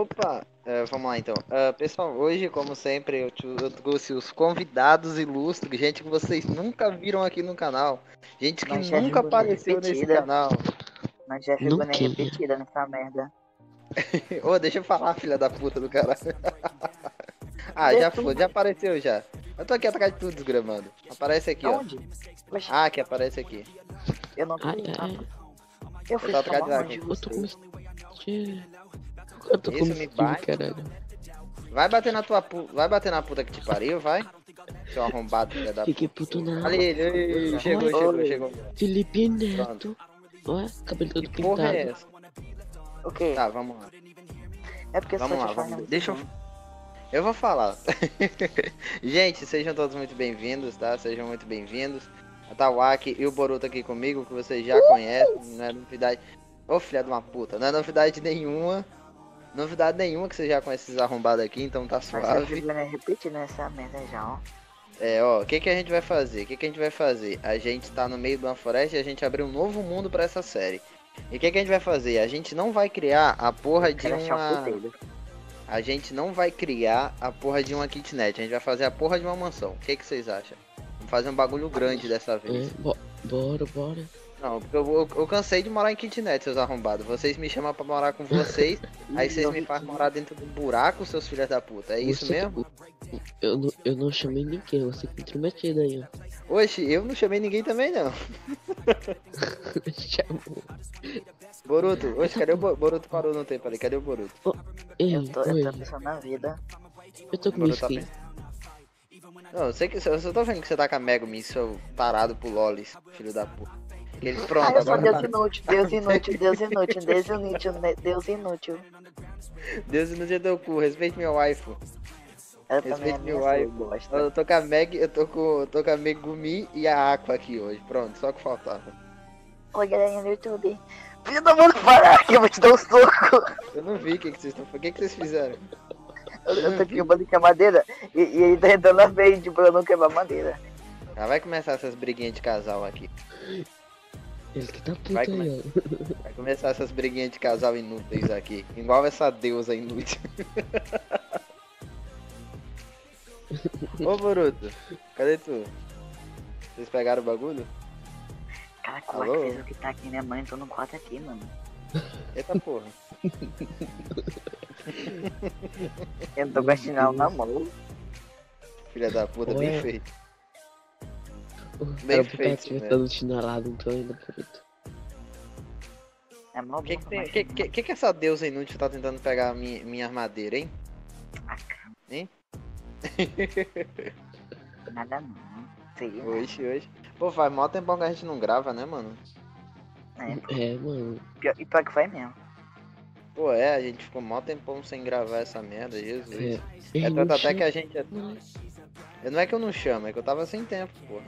Opa, eh, vamos lá então. Ah, pessoal, hoje, como sempre, eu, te- eu trouxe os convidados ilustres, gente que vocês nunca viram aqui no canal, gente que Mas já nunca viu, né? apareceu nesse Repetida. canal. Mas já ficou nem Nunca, né? repetida nessa merda. Ô, deixa eu falar, filha da puta do cara. ah, já foi, já apareceu já. Eu tô aqui atrás de tudo desgramando. Aparece aqui, ó. Aonde? Ah, que aparece aqui. Eu não tô Ai, ai, Eu fui Eu tava tomar atrás de banho de ah, é. eu tô você. começando. Eu tô Esse me começando, bate. caralho. Vai bater na tua puta. Vai bater na puta que te pariu, vai. Seu arrombado, filha da puta. Fiquei puto na Ali, ele, ele, chegou, chegou, Olha. chegou. Felipe Neto. Ó, cabelo todo Que porra pintado. é essa? O quê? Tá, vamos lá. É porque Vamos só lá, te vamos faz ver. Deixa eu. Eu vou falar. Gente, sejam todos muito bem-vindos, tá? Sejam muito bem-vindos. A Tawaki e o Boruto aqui comigo, que vocês já conhecem, não é novidade. Ô filha de uma puta, não é novidade nenhuma. Novidade nenhuma que vocês já conhecem esses arrombados aqui, então tá Mas já suave. ficou nem repetida nessa merda já, ó. É, ó, o que, que a gente vai fazer? O que, que a gente vai fazer? A gente tá no meio de uma floresta e a gente abriu um novo mundo pra essa série. E o que, que a gente vai fazer? A gente não vai criar a porra de Quero achar o uma. fudeiro. A gente não vai criar a porra de uma kitnet, a gente vai fazer a porra de uma mansão. O que, que vocês acham? Vamos fazer um bagulho grande dessa É, vez. bo- bora, bora. Não, porque eu, eu, eu cansei de morar em kitnet, seus arrombados. Vocês me chamam pra morar com vocês, aí vocês me fazem morar dentro de um buraco, seus filhos da puta. É isso Você que- mesmo? Eu não, eu não chamei ninguém, você que me intrometido aí, ó. Oxe, eu não chamei ninguém também não. Chamou. É. Boruto, oxe, cadê o Bo- Boruto? Parou no tempo ali, cadê o Boruto? Ei, Eu tô, oi, eu tô pensando na vida. eu tô O com meu Boruto tá skin. bem. Não, eu sei que eu só tô vendo que você tá com a Megumin, seu tarado pro Lolis, filho da puta. Ele Ah, pronto, eu sou agora tá. Deus inútil, Deus inútil, Deus inútil, Deus inútil, né? Deus inútil. Deus não te deu cu, respeite meu waifu. Ela também é Respeite minha meu eu waifu. gosto. Eu tô com a Meg, eu tô com, eu tô com a Megumi e a Aqua aqui hoje. Pronto, só o que faltava. Oi, galerinha do YouTube. Filho da mão que parar que eu vou te dar um soco. Eu não vi o que, que vocês estão O que, que vocês fizeram? Eu, eu tô queimando que a madeira e, e ele tá redando a verde pra eu não queimar a madeira. Já Ah, vai começar essas briguinhas de casal aqui. Ele que tá puto Vai aí, ó. Vai começar essas briguinhas de casal inúteis aqui. Igual essa deusa inútil. Ô Boruto, cadê tu? Vocês pegaram o bagulho? Caraca, Alô? o Ark fez o que tá aqui, minha mãe, tô no quarto aqui, mano. Eita porra. Eu Hum, não tô com a chinela na mão. Filha da puta, bem Ué. feito. O Bem cara feito, tá né? te dando chinelado, então ainda preto. É mó O que que, boa, tem- mas- que, que, que que essa deusa inútil tá tentando pegar a minha, minha armadeira, hein? Nada não. Sei, né? Hoje, hoje. Pô, faz mó tempão que a gente não grava, né, mano? Uhum. É, É, mano. pior- e pior que foi mesmo. Pô, é, a gente ficou mó tempão sem gravar essa merda, É, Jesus. Ei, É não tanto até chama- que a gente. Eu- Não é que eu não chamo, é que eu tava sem tempo, porra.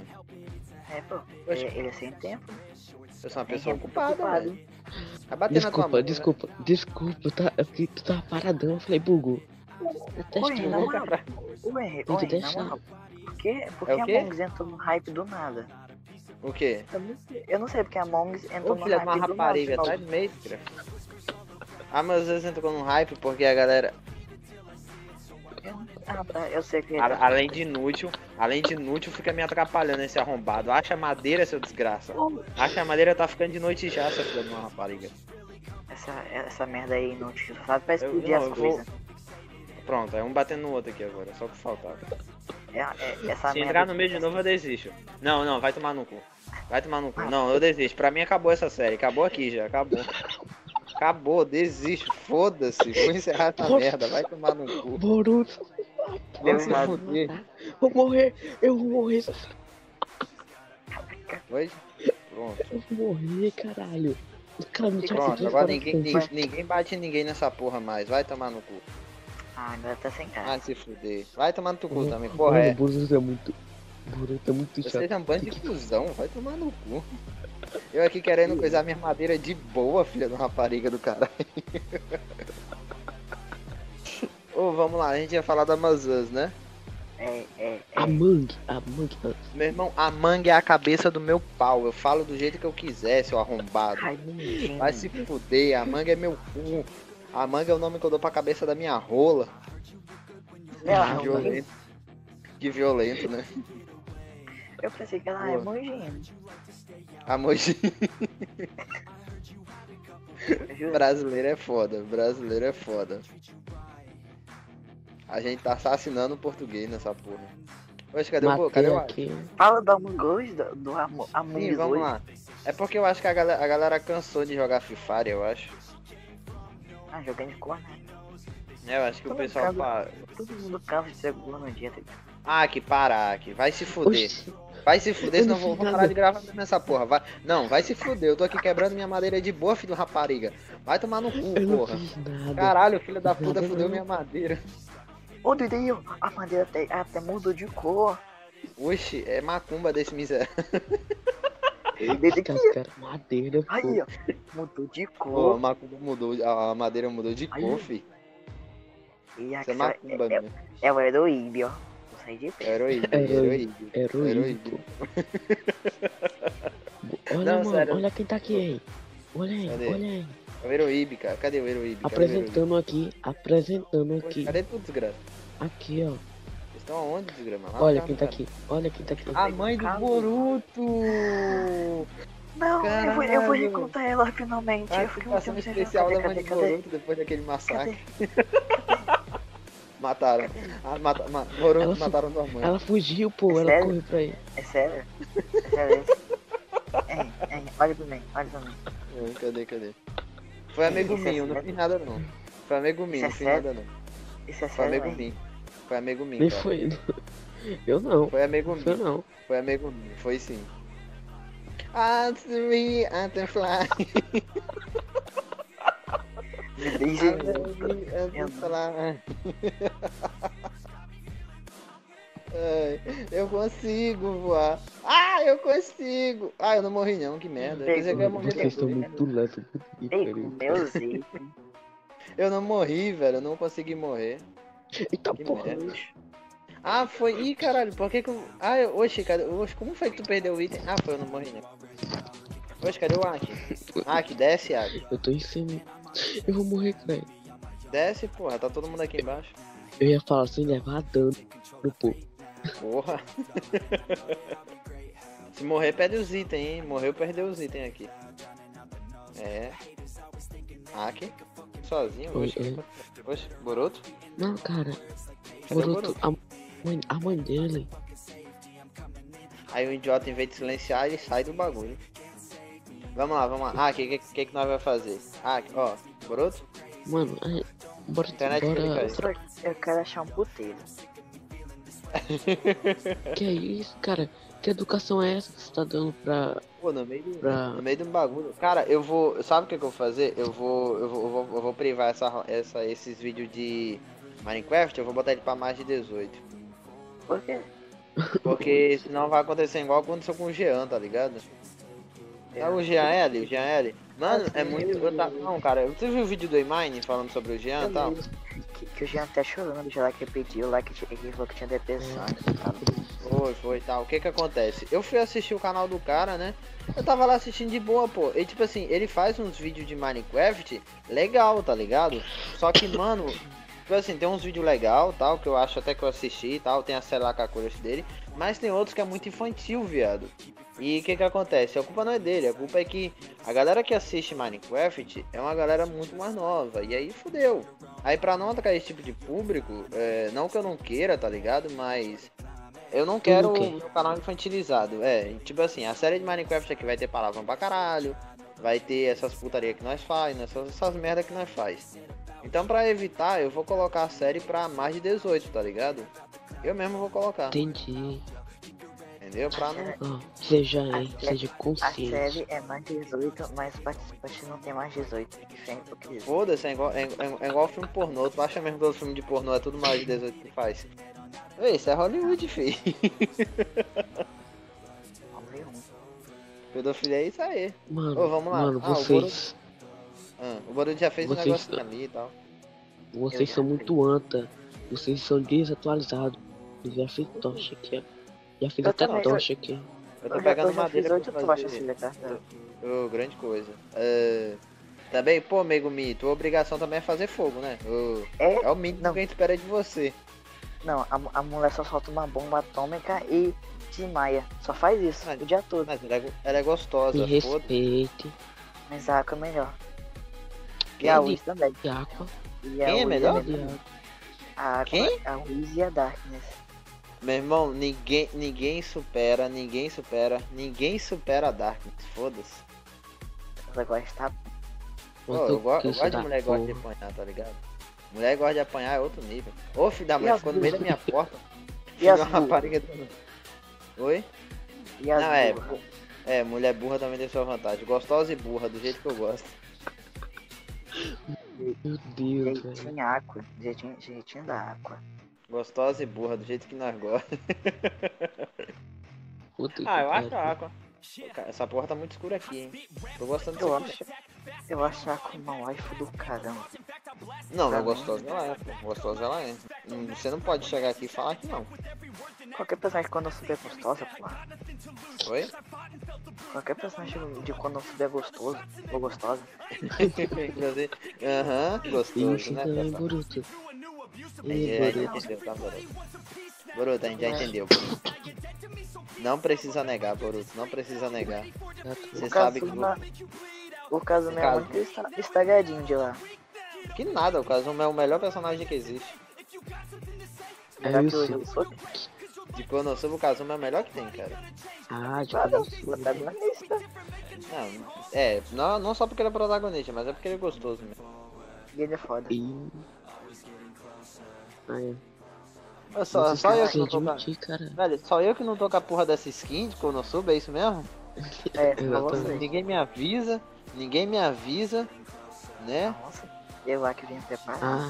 É, pô. Oxe. Ele, ele é sem tempo. Eu sou uma Tem pessoa tempo é. ocupada, ocupado. velho. Tá batendo na tua Desculpa, mão, desculpa, desculpa, tá? É porque tu tava paradão, eu falei, bugou. Eu até Oi, na estranho. moral. Ué, Tem que ué, na deixar. moral. Por que, por É que o a quê? Mongs entrou no hype do nada? O quê? Eu não sei, eu não sei porque a Mongs entrou Ô, no filha de hype uma do nada. de rapariga, novo. tá de meio, cara. Ah, mas às vezes entrou num hype porque a galera, Ah, tá, eu sei que... a- além de inútil, além de inútil, fica me atrapalhando esse arrombado. Acha madeira, seu desgraça. Acha madeira, tá ficando de noite já, seu filho de uma rapariga. Essa, essa merda aí inútil, só sabe pra Eu- explodir não, as eu vou- coisas. Pronto, é um batendo no outro aqui agora, só o que faltava. É, é- essa Se merda entrar no meio de novo, eu desisto. tá Não, não, vai tomar no cu. Vai tomar no cu. Ah. Não, eu desisto. Pra mim acabou essa série. Acabou aqui já, acabou. Acabou, desisto. Foda-se. Vou encerrar essa merda. Vai tomar no cu. Boruto, Vamos se Vai fuder. vou morrer, eu vou morrer, só Oi? Pronto. eu vou morrer, caralho. O cara me tinha Pronto, pedido agora pra ninguém, sentir. ninguém, ninguém bate em ninguém nessa porra mais. Vai tomar no cu. Ah, agora tá sem cara. Vai se fuder. Vai tomar no teu cu também. Porra, Mano, o é. Boruto é muito. Boruto é muito chato. Vocês é um bando de cuzão. Vai tomar no cu. Eu aqui querendo coisar minha madeira de boa, filha da rapariga do caralho. Ô, vamos lá, a gente ia falar da Mazans, né? É, é, é. A mangue, a mangue. Meu irmão, a manga é a cabeça do meu pau. Eu falo do jeito que eu quiser, seu arrombado. Ai, menino. Vai se fuder, a manga é meu cu. A manga é o nome que eu dou pra cabeça da minha rola. Ela que é um- violento. Que violento, né? Eu pensei que ela é Boa. manjinha. A moji eu juro. brasileiro é foda. Brasileiro é foda. A gente tá assassinando o português nessa porra. Oxe, cadê o o Cadê Matei o aqui. Fala do Among Us, do, do Amo- Among Sim, vamos Us. lá. É porque eu acho que a galera, a galera cansou de jogar Free Fire, eu acho. Ah, jogando de cor, né? É, Eu acho que o Todo pessoal mundo fala. Todo mundo cansa de ser no dia. tá ligado? Ah, que parar, que vai se fuder. Oxi, Vai se fuder, Eu não senão vou, fiz vou nada. parar de gravar mesmo essa porra. Vai... Não, vai se fuder. Eu tô aqui quebrando minha madeira de boa, filho do rapariga. Vai tomar no cu, eu não porra. fiz nada. Caralho, filho da puta Nada fudeu não. minha madeira. Ô, Dudu, a madeira até, até mudou de cor. Oxi, é macumba desse miserável. Dudu, Cara, os caras, madeira, Aí, pô. ó. Mudou de Pô, a cor. macumba mudou, a a madeira mudou de cor, Aí. fi. E Isso é aquela, macumba, é, né? é, é o heroíbe, ó. Não sai de É pé. heroíbe, é Heroíbe. heroíbe. Heroíco. Olha, Não, mano, sério. olha quem tá aqui, hein. Olha aí, Cadê? olha aí. É o heroíbe, cara. Cadê o heroíbe? Cadê o heroíbe? Apresentando aqui, apresentando Oxe, aqui. Cadê tudo, desgraça? Aqui, ó. Vocês estão aonde, desgrama? Lá Olha na quem tá casa. aqui. Olha quem tá aqui. A mãe do Calma. Boruto! Não, eu vou, eu vou Caralho. recrutar ela finalmente. eu fiquei muito Participação tempo sem Ah, especial da jogar. Cadê, mãe do cadê, Boruto depois daquele massacre. cadê? Mataram. Ah, mata, ma- Boruto Ela fu- mataram tua mãe. Ela fugiu, pô. Ela Sério? correu pra ele. É sério? É sério? é, é, olha pra mim, olha pra mim. Hum, Cadê, cadê? Foi amigo Isso é meu, não sério? fiz nada não. Foi amigo meu, Isso é não fiz nada não. Isso é Foi sério, amigo velho. meu. Foi amigo meu, Nem cara. foi. Eu não. Foi amigo Eu meu. não. Foi amigo meu. Foi sim. Atri, Atefly. Me deixa em volta. Ai, Eu consigo voar. Ah, eu consigo. Ah, eu não morri não, que merda. Eu pensei que eu ia Mano, morrer vocês estão depois. muito lentos. muito Ei, diferente. meu Zeus. Eu não morri, velho. Eu não consegui morrer. Eita Que porra. merda. Ah, foi. Ih, caralho, por que que eu. Ah, eu... oxe, cadê. Oxe, como foi que tu perdeu o item? Ah, foi, eu não morri, né? Oxe, cadê o Aki? Aki, desce, Aki. Eu tô em cima. Eu vou morrer, velho. Desce, porra, tá todo mundo aqui embaixo. Eu ia falar sem levar dano. Pô. Porra. Se morrer, perde os itens, hein? Morreu, perdeu os itens aqui. É. Aki? Sozinho? Oxe, Oi, que- oxe, Boruto? Não, cara. Cadê o Boruto, Boruto? a mãe, a mãe dele. Aí o idiota, em vez de silenciar, ele sai do bagulho. Vamos lá, vamos lá. Ah, o que, que, que que nós vai fazer? Ah, aqui, ó, Boruto? Mano, aí, bora, Internet bora. fica Eu quero achar um puteiro. Que é isso, cara? Que educação é essa que você tá dando pra. Pô, no meio do, Pra- no meio do bagulho. Cara, eu vou. Sabe o que, que eu vou fazer? Eu vou. Eu vou, eu vou, eu vou privar essa, essa, esses vídeos de Minecraft, eu vou botar ele pra mais de 18. Por quê? Porque senão vai acontecer igual aconteceu com o Jean, tá ligado? Tá o Jean L, o Jean L. Mano, é muito. eu tá- não, cara, você viu o vídeo do Emine falando sobre o Jean e tal? Que, que o Jean tá chorando, já lá que pediu, lá que tinha- ele falou que tinha depressão. Hum. que tá doente. Foi, foi, tal. O que que acontece? Eu fui assistir o canal do cara, né? Eu tava lá assistindo de boa, pô. E tipo assim, ele faz uns vídeos de Minecraft legal, tá ligado? Só que, mano, tipo assim, tem uns vídeos legal, tal, que eu acho até que eu assisti e tal, tem a sei lá com a cores dele, mas tem outros que é muito infantil, viado. E o que que acontece? A culpa não é dele, a culpa é que a galera que assiste Minecraft é uma galera muito mais nova, e aí fudeu. Aí pra não atacar esse tipo de público, é, não que eu não queira, tá ligado? Mas eu não quero o não quer. meu canal infantilizado. É, tipo assim, a série de Minecraft aqui vai ter palavrão pra caralho, vai ter essas putaria que nós faz, né, essas, essas merda que nós faz. Então pra evitar, eu vou colocar a série pra mais de 18, tá ligado? Eu mesmo vou colocar, Entendi. entendeu? Pra não... Ó, seja, hein, seja A consciente. série é mais 18, mas o participante não tem mais 18. Isso é hipocrisia. Foda-se, é igual, é, é- é igual filme pornô. Tu acha mesmo que os filmes de pornô é tudo mais de 18 que faz? Ei, Isso é Hollywood, fi. Homem um. Pedofilia é isso aí. Mano, Ô, vamos lá. mano, Ah, o vocês, Ah, o Boruto já fez um Vocês- negócio ali e tal. vocês Eu são já muito anta. Vocês são desatualizados. Eu já fiz tocha aqui, ó. Já fiz Eu até também, eu- tocha aqui. Eu tô pegando eu já fiz madeira 8, pra tu acha né, fazer... assim, né, cara? Ô, grande coisa. É, Também, pô, amigo Mi, tua obrigação também é fazer fogo, né? O- É, É o mínimo Não. que a gente espera de você. não, a, a mulher só solta uma bomba atômica e se maia. Só faz isso Ah, o dia todo. Mas ela é, go- ela é gostosa, Me foda. respeite. Mas a água é melhor. E Quem a disse? Wiz também. De água. E Quem a é Wiz melhor? De água. A Aqua, Quem? a Wiz e a Darkness. Meu irmão, ninguém, ninguém supera, ninguém supera, ninguém supera a Darkness, foda-se. Ela gosta Pô, Quanto eu, go- eu canso gosto de da mulher que gosta de porra. apanhar, tá ligado? Mulher gosta de apanhar é outro nível. Ô filho da E mãe, as ficou no meio da duas? minha porta. E as Filho da duas? rapariga do- Oi? E as Não, é, duas. bu- é, mulher burra também tem sua vantagem. Gostosa e burra, do jeito que eu gosto. Meu Deus, velho. Jeitinho Aqua. Jeitinho, jeitinho da Aqua. Gostosa e burra, do jeito que nós gostamos. Puta que Ah, eu acho pariu. a água. Cara, Essa porra tá muito escura aqui, hein? Tô gostando Eu disso aqui. acho. Eu acho a Aqua uma wife do caramba. Não, Tá mas bom. gostosa ela é, pô. Gostosa ela é. Hum, Você não pode chegar aqui e falar que não. Qualquer personagem quando eu souber gostosa, porra. Oi? Qualquer personagem de quando eu souber gostoso ou gostosa. Inclusive, Aham, gostoso, Isso né, também, pessoal? Boruto. Ei, É, já Boruto. entendeu, tá, Boruto? Boruto, a gente já entendeu. Boruto. Não precisa negar, Boruto, não precisa negar. Você O sabe que... Kazuma- O caso minha Caso. mãe que está estragadinho de lá. Que nada, o Kazuma é o melhor personagem que existe. Melhor É que o isso. Yusuke. De Konosuba, o Kazuma é o melhor que tem, cara. Ah, de Ah, não, Konosuba. protagonista. Não, é, não, não só porque ele é protagonista, mas é porque ele é gostoso mesmo. E ele é foda. Ih. Ah, é. Eu só, Vocês só eu que não esquecem tô de com a... mentir, cara. Velho, só eu que não tô com a porra dessa skin de Konosuba, é isso mesmo? É, pra Exatamente. você. Ninguém me avisa, ninguém me avisa, né? Nossa, eu lá que vim preparado. Ah,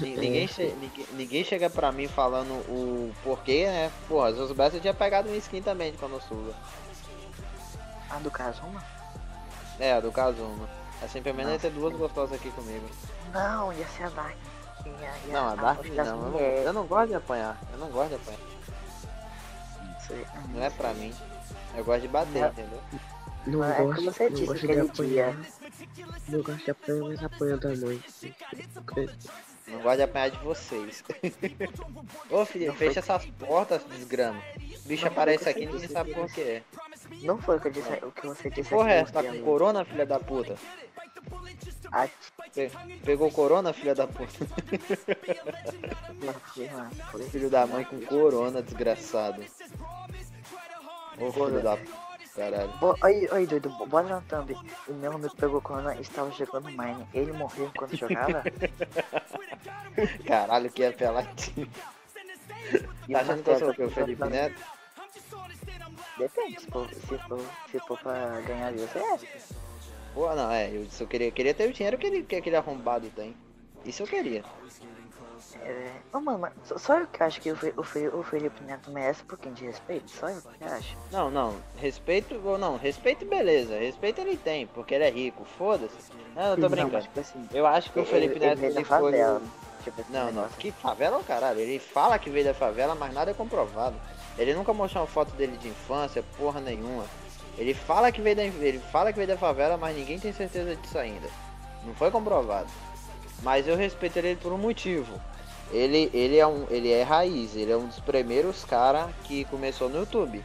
Ni- Ninguém, che- ninguém, ninguém chega pra mim falando o porquê, né? Porra, se eu soubesse eu tinha pegado uma skin também de Konosuba. Ah, do Kazuma? É, a do Kazuma. Assim, pelo menos ia Nossa. ter duas gostosas aqui comigo. Não, ia ser a Dark. Ia, ia, Não, a Dark é- das não. Eu, não- mulheres. eu não gosto de apanhar. Eu não gosto de apanhar. Não é pra mim. Eu gosto de bater, Não. entendeu? não Mas é gosto, como você não disse gosto de aquele apanhar. Não gosto de apanhar, mas apanho da mãe. Não gosto de apanhar de vocês. Ô filho, fecha essas portas, desgrama. O bicho aparece aqui e ninguém sabe por quê. Não foi o que eu disse, o que você disse Porra, aqui, é, tá meu com amigo. corona, filha da puta? Ah, Pe- Pegou corona, filha da puta? não, foi, mano, foi. Filho da mãe com corona, desgraçado. Ô filho da caralho. Bo- Oi, oi, doido, bo- bora na thumb. O meu amigo pegou corona e estava jogando Mine. Ele morreu enquanto jogava? Caralho, que apelativo. Tá achando que eu sou o que, o Felipe né? Neto? Depende, se for, se for, se for pra ganhar de você, é. Pô, não, é, eu só queria, queria ter o dinheiro que, ele, que aquele arrombado tem. Isso eu queria. é. Ô, mano, mas só, só eu que acho que o, Fe- o, Fe- o Felipe Neto merece um pouquinho de respeito, só eu que acho. Não, não, respeito, ou não, respeito beleza, respeito ele tem, porque ele é rico, foda-se. Não, eu tô Não, mas, brincando. tipo assim, Eu acho que o ele- Felipe ele Neto veio da ele foi. favela, o- tipo assim, Não, não, negócio. que favela é o caralho. Ele fala que veio da favela, mas nada é comprovado. Ele nunca mostrou uma foto dele de infância, porra nenhuma. Ele fala que veio da, ele fala que veio da favela, mas ninguém tem certeza disso ainda. Não foi comprovado. Mas eu respeito ele por um motivo. Ele, ele é um, ele é raiz. Ele é um dos primeiros cara que começou no YouTube.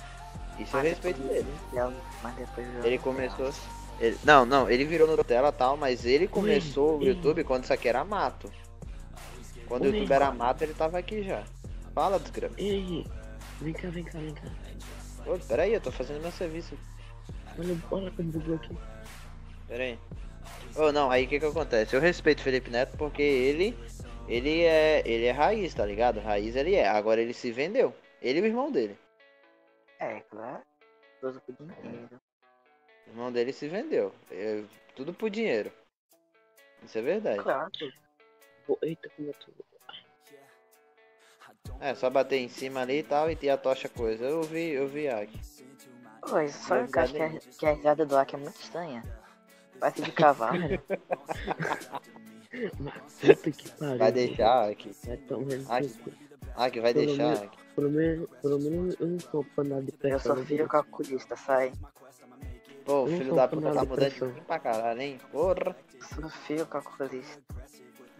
Isso eu Mas é respeito depois- dele. Mas depois eu- Ele começou. ele- não, não, ele virou Nutella e tal, mas ele começou o ui. YouTube quando isso aqui era mato. Quando o Ui. YouTube era mato, ele tava aqui já. Fala, desgrama. Ei, vem cá, vem cá, vem cá. Ô, peraí, eu tô fazendo meu serviço. Olha, olha como bugou aqui. Peraí. Ô, não, aí o que que acontece? Eu respeito o Felipe Neto porque ele. Ele é. Ele é raiz, tá ligado? Raiz ele é. Agora ele se vendeu. Ele e o irmão dele. É, claro. Tudo por dinheiro. O irmão dele se vendeu. É, tudo por dinheiro. Isso é verdade. Claro. Pô, Eita, como eu tô. É, só bater em cima ali e tal e ter a tocha coisa. Eu vi, eu vi aqui. Pô, isso só eu que acho que a, que a risada do Aki é muito estranha. Parece de cavalo. Mas, Puta que pariu. né? Vai deixar aqui. Vai tomar no Ai. seu cu. Aqui, vai Pelo deixar menos- aqui. Pelo menos, pelo menos eu não sou pra nada de né? é eu pressão. sou filho calculista, sai. Ô, Eu não filho tô da com puta tá mudando nada, de um pressão. mim pra caralho, hein? Porra. Sou feio, calculista.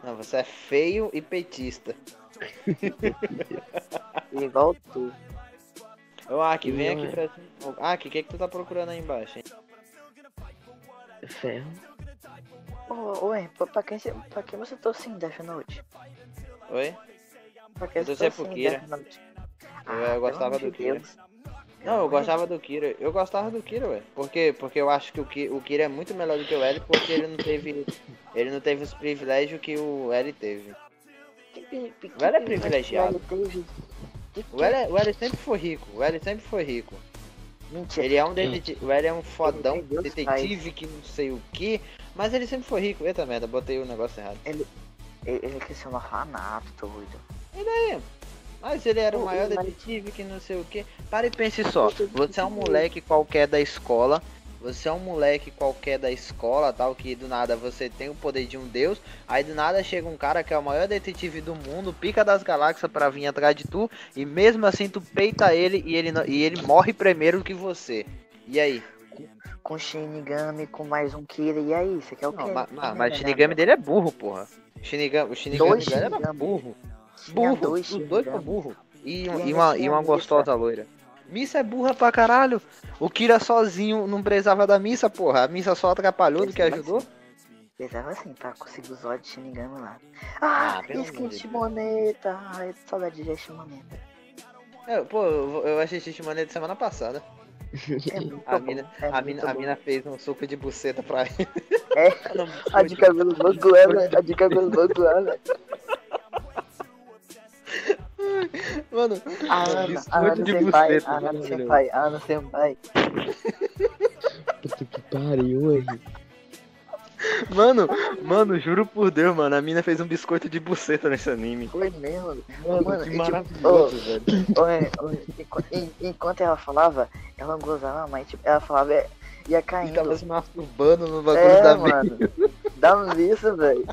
Não, você é feio e petista. Igual tu. Ô, Aki, vem Não aqui é. pra cima. Ô, Aki, o que que tu tá procurando aí embaixo, hein? Ferro. Ô, ô, hein, pra, pra quem, você- pra quem você torce em Death Note? Oi? Pra quem Eu você torci a torce em Fukira. Death Note? Ah, Eu- eu gostava pelo amor do de Kira. Deus. Não, é. eu gostava do Kira. Eu gostava do Kira, ué. Por quê? Porque eu acho que o Ki- o Kira é muito melhor do que o L, porque ele não teve. Ele não teve os privilégios que o L teve. Que pri- que O L é privilégio privilegiado. ele teve? De O L, o L sempre foi rico. O L sempre foi rico. que? Mentira. Ele é um detetive. O L é um fodão Meu Deus, detetive que não sei o que. Mas ele sempre foi rico. Eita merda, botei o negócio errado. Ele, ele quer ser um orfanato, doido. Mas ele era o Ô, maior mas- detetive que não sei o que. Para e pense só. Você é um moleque qualquer da escola. Você é um moleque qualquer da escola, tal, que do nada você tem o poder de um deus, aí do nada chega um cara que é o maior detetive do mundo, pica das galáxias pra vir atrás de tu, e mesmo assim tu peita ele e ele, não- e ele morre primeiro que você. E aí? Com Shinigami, com mais um Kira. E aí, você quer o quê? Não, ma- ma- Não, mas o não, Shinigami não. dele é burro, porra. Shinigami, o Shinigami Dois dele era Shinigami. burro. Tinha Burro, dois os dois são Shinigami. burro. E, E e ainda uma, tinha e a uma Missa. gostosa loira. Missa é burra pra caralho. O Kira sozinho não precisava da missa, porra. A missa só atrapalhou do que Precisava ajudou. Precisava assim, pra conseguir os olhos de Shinigami lá. Ah, Ah, pelo amor skin de Shimoneta. Ai, saudade de Shimoneta. Eu, É, pô, eu, eu assisti Shimoneta semana passada. É muito A bom, mina- é a, muito mina, a bom. mina fez um suco de buceta pra ele. É, Não, a de cabelo banguela, a de cabelo banguela. Mano, A Ana, a Ah, biscoito Ana de sem pai, buceta. né, a Ana maravilhoso. sem pai, a Ana sem pai. Puta que pariu, aí. Mano, mano, juro por Deus, mano. A mina fez um biscoito de buceta nesse anime. Foi mesmo. Mano, Mano, que e tipo, maravilhoso, velho. Oi, oi, enqu- en- enquanto ela falava, ela gozava, mas tipo, ela falava, é, ia E caindo. tava se masturbando no bagulho É, da mina. mano. Dá um isso, velho.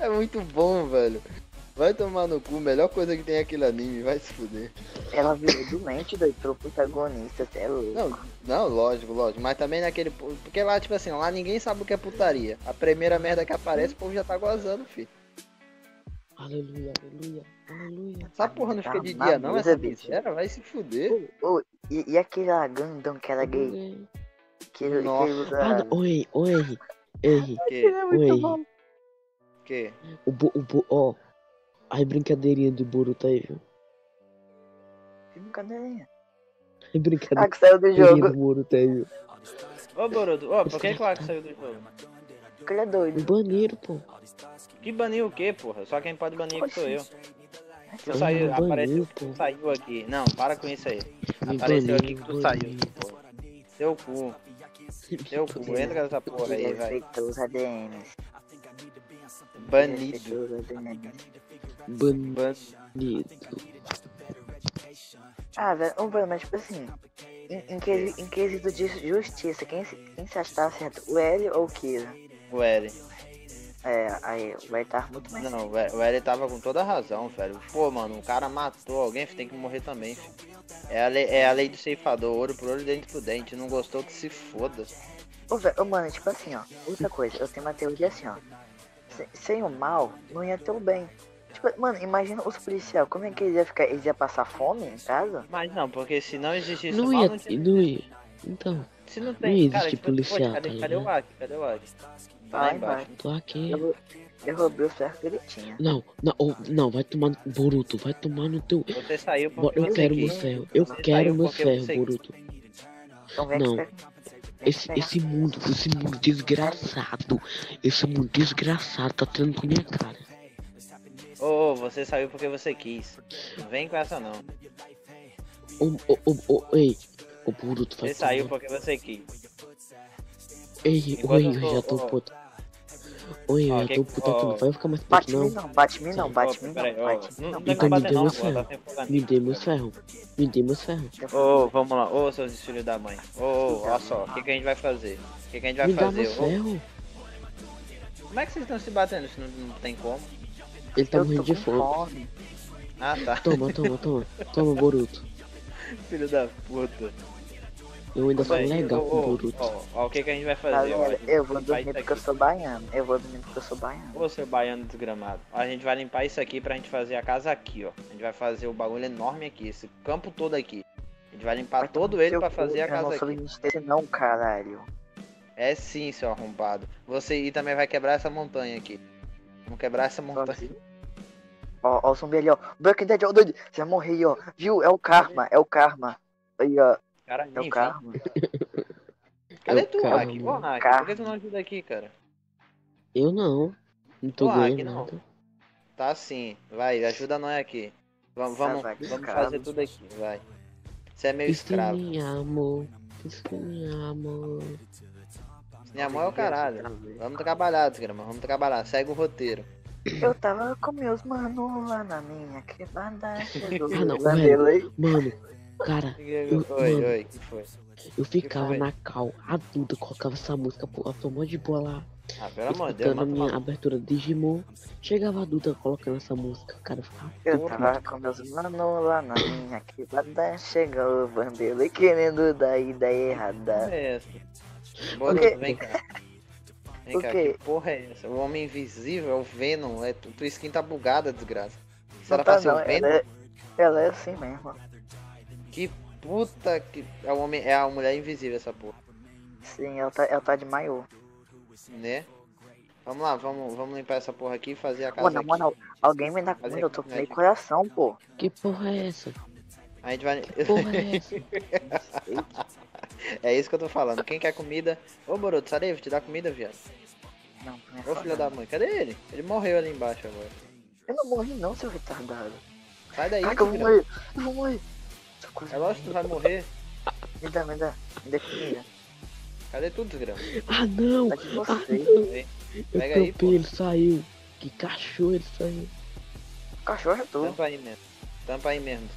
É muito bom, velho. Vai tomar no cu, melhor coisa que tem é aquele anime, vai se fuder. Ela virou doente, doido, pro protagonista, cê é louco. Não, não, lógico, lógico. Mas também naquele. po- Porque lá, tipo assim, lá ninguém sabe o que é putaria. A primeira merda que aparece, o povo já tá gozando, filho. Aleluia, aleluia, aleluia. Essa porra não fica de Tá dia, na não, mesa, essa bicho. bichera vai se fuder. E, e aquele Gundam que era gay, que ele, que ele Nossa. usa... é Ah, não. Oi, oi, ei, Que? oi. Que? O bo, o bo, ó. Ai, brincadeirinha do Boruto aí, viu? Que brincadeirinha. Ai, Ah, brincadeirinha que saiu do do jogo. Boruto aí, viu? Ô, Boruto, ô, por que que o Arco saiu do jogo? Porque ele é doido. Banheiro, pô. Que banir o quê, porra? Só quem pode banir aqui sou eu. Tu Ai, saiu, me apareceu, baniu, pô. tu saiu aqui. Não, para com isso aí. Me Apareceu baniu, aqui me que tu baniu. saiu. porra. Seu cu. Seu cu, entra nessa porra Ele é aí, vai. respeitou os ADMs. Banido. Respeitou os ADMs. Banido. Ban- Ah, velho, ô, velho, mas tipo assim, em, em, quesi- em quesito de justiça, quem se, quem se achar certo, o L ou o Kira? O Eren. É, aí vai estar muito mais... Não, velho, o Eren tava com toda a razão, velho. Pô, mano, o cara matou alguém, filho, tem que morrer também, filho. É a, lei, é a lei do ceifador, ouro por olho, dente por dente. Não gostou que se foda. Ô, velho, ô, mano, tipo assim, ó, outra coisa, eu tenho uma teoria assim, ó. Se- sem o mal, não ia ter o bem. Tipo, mano, imagina os policiais, como é que eles iam ficar? Eles iam passar fome em casa? Mas não, porque se não existisse Não mal, ia, não tinha- não ia. Então, Se não não tem, ia cara, existir tipo, poxa, policial, cadê, tá cadê o ligado? Aki? Cadê o Aki? Tá lá Vai, embaixo. tô aqui. Eu, eu roubei o ferro que ele tinha. Não, não, ô, não, vai tomar no... Boruto, vai tomar no teu... Você saiu Bo- porque Eu você quero meu quis. ferro, eu Você quero saiu meu porque ferro, você quis. Boruto. Então vem Não. aqui pegar. Vem Esse, aqui pegar. esse mundo, esse mundo desgraçado, esse mundo desgraçado tá treinando com minha cara. Ô, ô, você saiu porque você quis. Não vem com essa, não. Ô, ô, ô, ô, ei, ô Boruto, vai Você saiu tomar. porque você quis. Ei, Enquanto oi, eu eu tô- já tô ó. puto. Oi, Ó, eu já que- tô puto aqui, ó. não vai ficar mais puto Bate em mim não. não, bate em mim não, bate em Ô, mim peraí, não, ô, bate em mim não, não. não tem Então que me bater, dê não, meu pô. Tá ferro. sem foda Me dê meus ferro, me dê meus ferro. Ô, ô, vamos lá. Ô, seus filhos da mãe. Ô, ô, olha só. O que, que a gente vai fazer? O que, que a gente vai Me dá fazer? meus Ô, ferro. como é que vocês estão se batendo se não, não tem como? Ele tá Eu tô morrendo de com fome. fome. Ah, tá. Toma, toma, toma, toma, Boruto. Filho da puta. Eu ainda sou Mas, legal ô, com ô, Boruto. ó, ó, o que que a gente vai fazer? ó? A Galera, gente tá eu vou vai limpar dormir isso porque eu aqui. Tá sou baiano. Eu vou dormir porque eu sou baiano. Ô, seu baiano desgramado. A gente vai limpar isso aqui pra gente fazer a casa aqui, ó. A gente vai fazer o bagulho enorme aqui, esse campo todo aqui. A gente vai limpar Vai todo tomar ele seu pra cu, né, fazer a Eu casa não sou aqui. desse não, caralho. É sim, seu arrombado. Você e também vai quebrar essa montanha aqui. Vamos quebrar essa montanha. Então, assim, Ó, ó o zumbi ali, ó. Breaking Dead, ó, doido. Já morri, ó. Viu? É o karma, é o karma. Aí, ó. Cara, É o enfim. karma. Cadê Eu tu, calmo. Hack? Ô, Hack, Calma. por que tu não ajuda aqui, cara? Eu não. Não tô Pô, aqui ganhando não. nada. Tá sim. Vai, ajuda nós aqui. Vamos, vamos, Tá, vai, vamos escravo. fazer tudo aqui, vai. Você é meu escravo. Piscininha, amor. Piscininha, amor. Minha mãe é o caralho. Vamos trabalhar, desgrama. Vamos trabalhar. Segue o roteiro. Eu tava com meus manos lá na minha quebrada. Ah, não, Vanderlei. Mano, cara, Oi, oi, que foi? eu ficava foi? na cal, a Duda colocava essa música, pô, ela foi mó de boa lá. Ah, pelo amor de Deus, escutando a mata minha uma... abertura de Digimon. Chegava a Duda colocando essa música, cara, eu ficava Eu tava com meus manos lá na minha quebrada. Chegou o Vanderlei querendo dar ideia errada. porra é essa? Bora, Ok. vem cá. Vem cá, Ok. que porra é essa? O Homem Invisível, é o Venom, é... tu- tua skin tá bugada, desgraça. Se Não era tá pra ser não, o ela Venom, é, ela é assim mesmo. que puta que... É, o homem... é a Mulher Invisível essa porra, Sim, ela tá, ela tá de maiô. né? Vamos lá, vamos, vamos limpar essa porra aqui e fazer a casa Pô, na aqui. moral, alguém me dá comida, eu tô com meio coração, pô. Que porra é essa? A gente vai... Que porra é essa? é isso que eu tô falando. Quem quer comida... Ô, Boruto, sai daí, vou te dar comida, viado. Não, não é Ô, só filho da não. mãe, cadê ele? Ele morreu ali embaixo agora. Eu não morri não, seu retardado. Sai daí, Caraca, eu vou desgraça. morrer, eu vou morrer. Socorro. É lógico que tu vai morrer. Me dá, me dá, me dá comida. Cadê tu, desgrama? Ah, não! Tá de vocês. Eu Pega aí, pô. tampei, ele saiu. Que cachorro ele saiu. Cachorro é tu. Tampa aí mesmo. Tampa aí mesmo.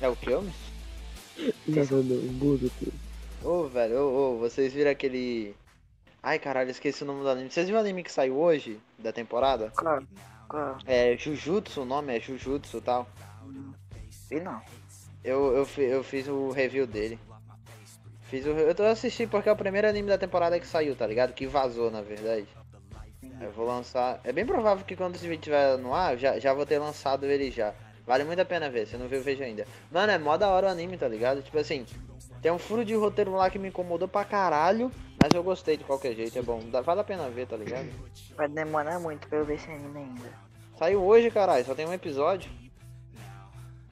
É o que, homem? Não, não, não, Boruto. Ô, velho, ô, ô, vocês viram aquele... Ai, caralho, esqueci o nome do anime. Vocês viram o anime que saiu hoje, da temporada? Claro, claro. É Jujutsu, o nome é Jujutsu e tal. E não. Eu, eu, fi- eu fiz o review dele. Fiz o, re- eu tô assistindo porque é o primeiro anime da temporada que saiu, tá ligado? Que vazou, na verdade. Eu vou lançar. É bem provável que quando esse vídeo estiver no ar, já, já vou ter lançado ele já. Vale muito a pena ver, se não viu, veja ainda. Mano, é mó da hora o anime, tá ligado? Tipo assim, tem um furo de roteiro lá que me incomodou pra caralho, mas eu gostei de qualquer jeito, é bom. Dá- Vale a pena ver, tá ligado? Vai demorar muito pra eu ver esse anime ainda. Saiu hoje, caralho, só tem um episódio.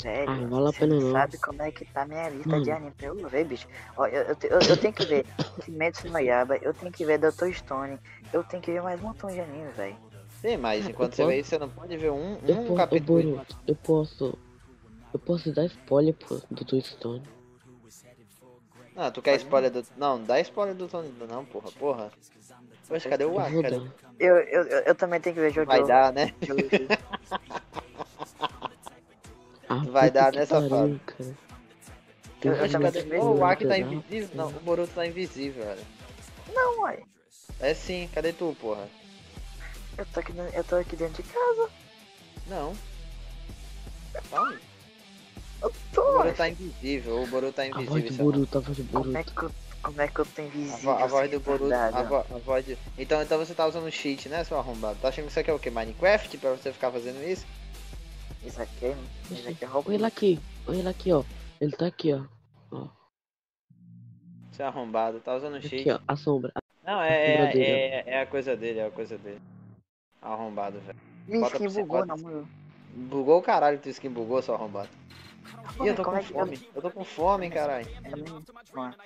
Sério, Ah, vale a você pena não não. sabe como é que tá minha lista de Hum. anime pra eu ver, bicho. Ó, eu, eu, te- eu, eu tenho que ver Kimetsu no Yaba, eu tenho que ver Dr. Stone, eu tenho que ver mais um montão de anime, velho. Tem mais, enquanto Ah, eu você posso- vê isso, você não pode ver um, Eu um posso, ô, capítulo. Boruto, eu posso... Eu posso dar spoiler, pô, do Toy Stone. Não, tu quer spoiler do. Não, não dá spoiler do Tony, não, porra, porra. Poxa, cadê o Eu ar? vou Cadê? dar. Eu, eu, eu, eu também tenho que ver Jojo. Vai dar, né? Jojo. Ah, Vai puta dar que nessa pariu, cara. Eu- eu Deus já me pensei- Ô, o Aki tá livre, um cara. invisível? Não, o Boruto tá invisível, velho. Não, uai. É sim, cadê tu, porra? Eu tô, aqui, dentro- eu tô aqui dentro de casa. Não. Não, Eu o tô. Boruto tá invisível, o Boruto tá A voz invisível. do isso é bom. Boruto, a voz do Como é Boruto. que eu, como é que eu tô A, invisível? vo- a voz assim, do Boruto, a, retardado? vo a voz de... Então, então você tá usando cheat, né, seu arrombado? Tá achando que isso aqui é o quê? Minecraft? Pra você ficar fazendo isso? Isso aqui, é- isso aqui é Olha ele roubo. aqui, olha ele aqui, ó. Ele tá aqui, ó. Seu arrombado, tá usando cheat. Aqui, ó, a sombra. Não, é, Sombra é, dele, é, é a coisa dele, é a coisa dele. Arrombado, velho. Minha Bota skin pra você, bugou, bota. na moral. Bugou o caralho, tua skin bugou, seu arrombado. Ih, eu tô Como com é que eu- fome, eu tô com fome, caralho. É mesmo? Mano,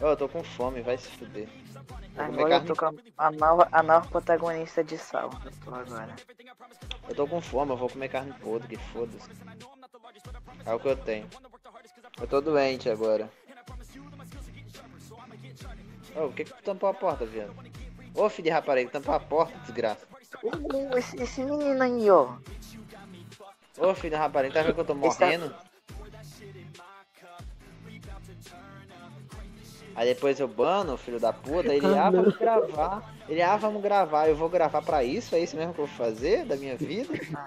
Ô, Eu tô com fome, vai se fuder. Agora eu tô com a, a nova, a nova protagonista de Sal. Eu tô agora. Eu tô com fome, eu vou comer carne podre, que foda-se. É o que eu tenho. Eu tô doente agora. Ô, o que que tu tampou a porta, viado? Ô, filho de rapariga, tampou a porta, desgraça. Uh, esse, esse menino aí, ó. Ô, filho de rapariga, tá vendo que eu tô Esse tá- morrendo? Aí depois eu bano, filho da puta, ele, Ah, ah, não. vamos gravar. Ele, ah, vamos gravar, eu vou gravar pra isso, é isso mesmo que eu vou fazer da minha vida? Ah,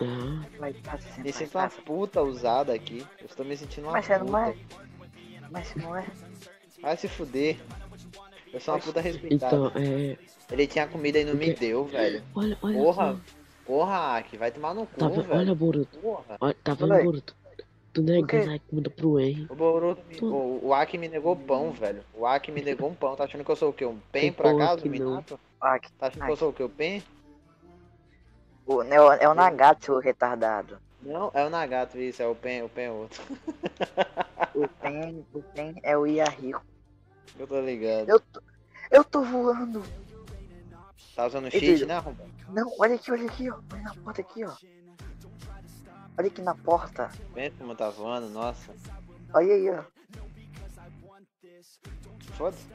Vai passar, Me vai sinto uma passar. puta usada aqui. Eu estou me sentindo uma Mas você puta. não é? Mas não é? Vai se fuder. Eu sou uma puta respeitada. então, é. Ele tinha comida e não me deu, velho. Olha, olha. Porra. Porra, Aki, vai tomar no cu, Tá, ve- velho. olha, Boruto. Porra. Olha, tá vendo, Moleque. Boruto? Tu é quê? negando a comida pro Henry. O Boruto me, Tu- o, o Aki me negou pão, velho. O Aki me negou um pão. Tá achando que eu sou o quê? Um pen, por Porra, acaso? que Um não. Minato? Ah, que- Tá achando que Aki. eu sou o quê? O pen? o, é, o, é o Nagato, seu retardado. Não, é o Nagato isso. É o pen, o pen é outro. O Pen, o Pen é o Iarrico. Eu tô ligado. Eu tô, eu tô voando. Tá usando Ei, cheat, Dudu. né, arrombado? Não, olha aqui, olha aqui, ó. Olha na porta aqui, ó. Olha aqui na porta. Vendo como tá voando, nossa. Olha aí, ó. Foda-se.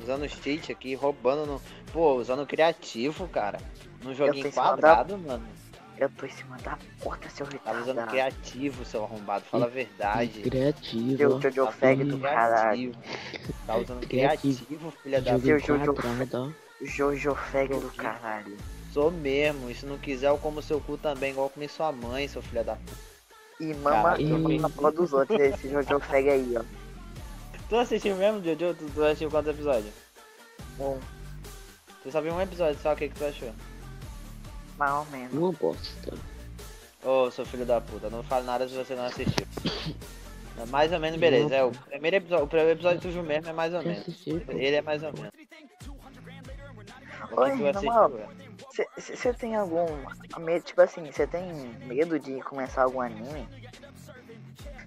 Usando cheat aqui, roubando no. Pô, usando criativo, cara. Num joguinho pensei que ela quadrado, mano. Eu tô em cima da porta, seu Tava retardado. usando criativo, seu arrombado. Fala a verdade. é Criativo. Seu ó. Jojo Tá Fag usando do caralho. criativo. Tá usando Criativo. criativo, filha da Jogo Seu Jojo. quadrado, ó. Jojo Fag do Jojo. caralho. Sou mesmo, e se não quiser eu como seu cu também, igual eu comi sua mãe, seu filho da puta. E mama, Caralho. eu mamo na porra dos outros, né? esse Jojo Fag aí, ó. Tu assistiu mesmo, Jojo? Tu, tu assistiu quantos episódios? Um, Tu só viu um episódio só, o que, que tu achou? mais ou menos. Uma bosta. Ô, seu filho da puta, não falo nada se você não assistiu. É mais ou menos, beleza. É, o primeiro episódio, o primeiro episódio que tu viu mesmo é mais ou Já menos. assisti, pô. Ele é mais ou menos. O Oi, que tu na moral. assistiu? é. Você tem algum medo, tipo assim, você tem medo de começar algum anime?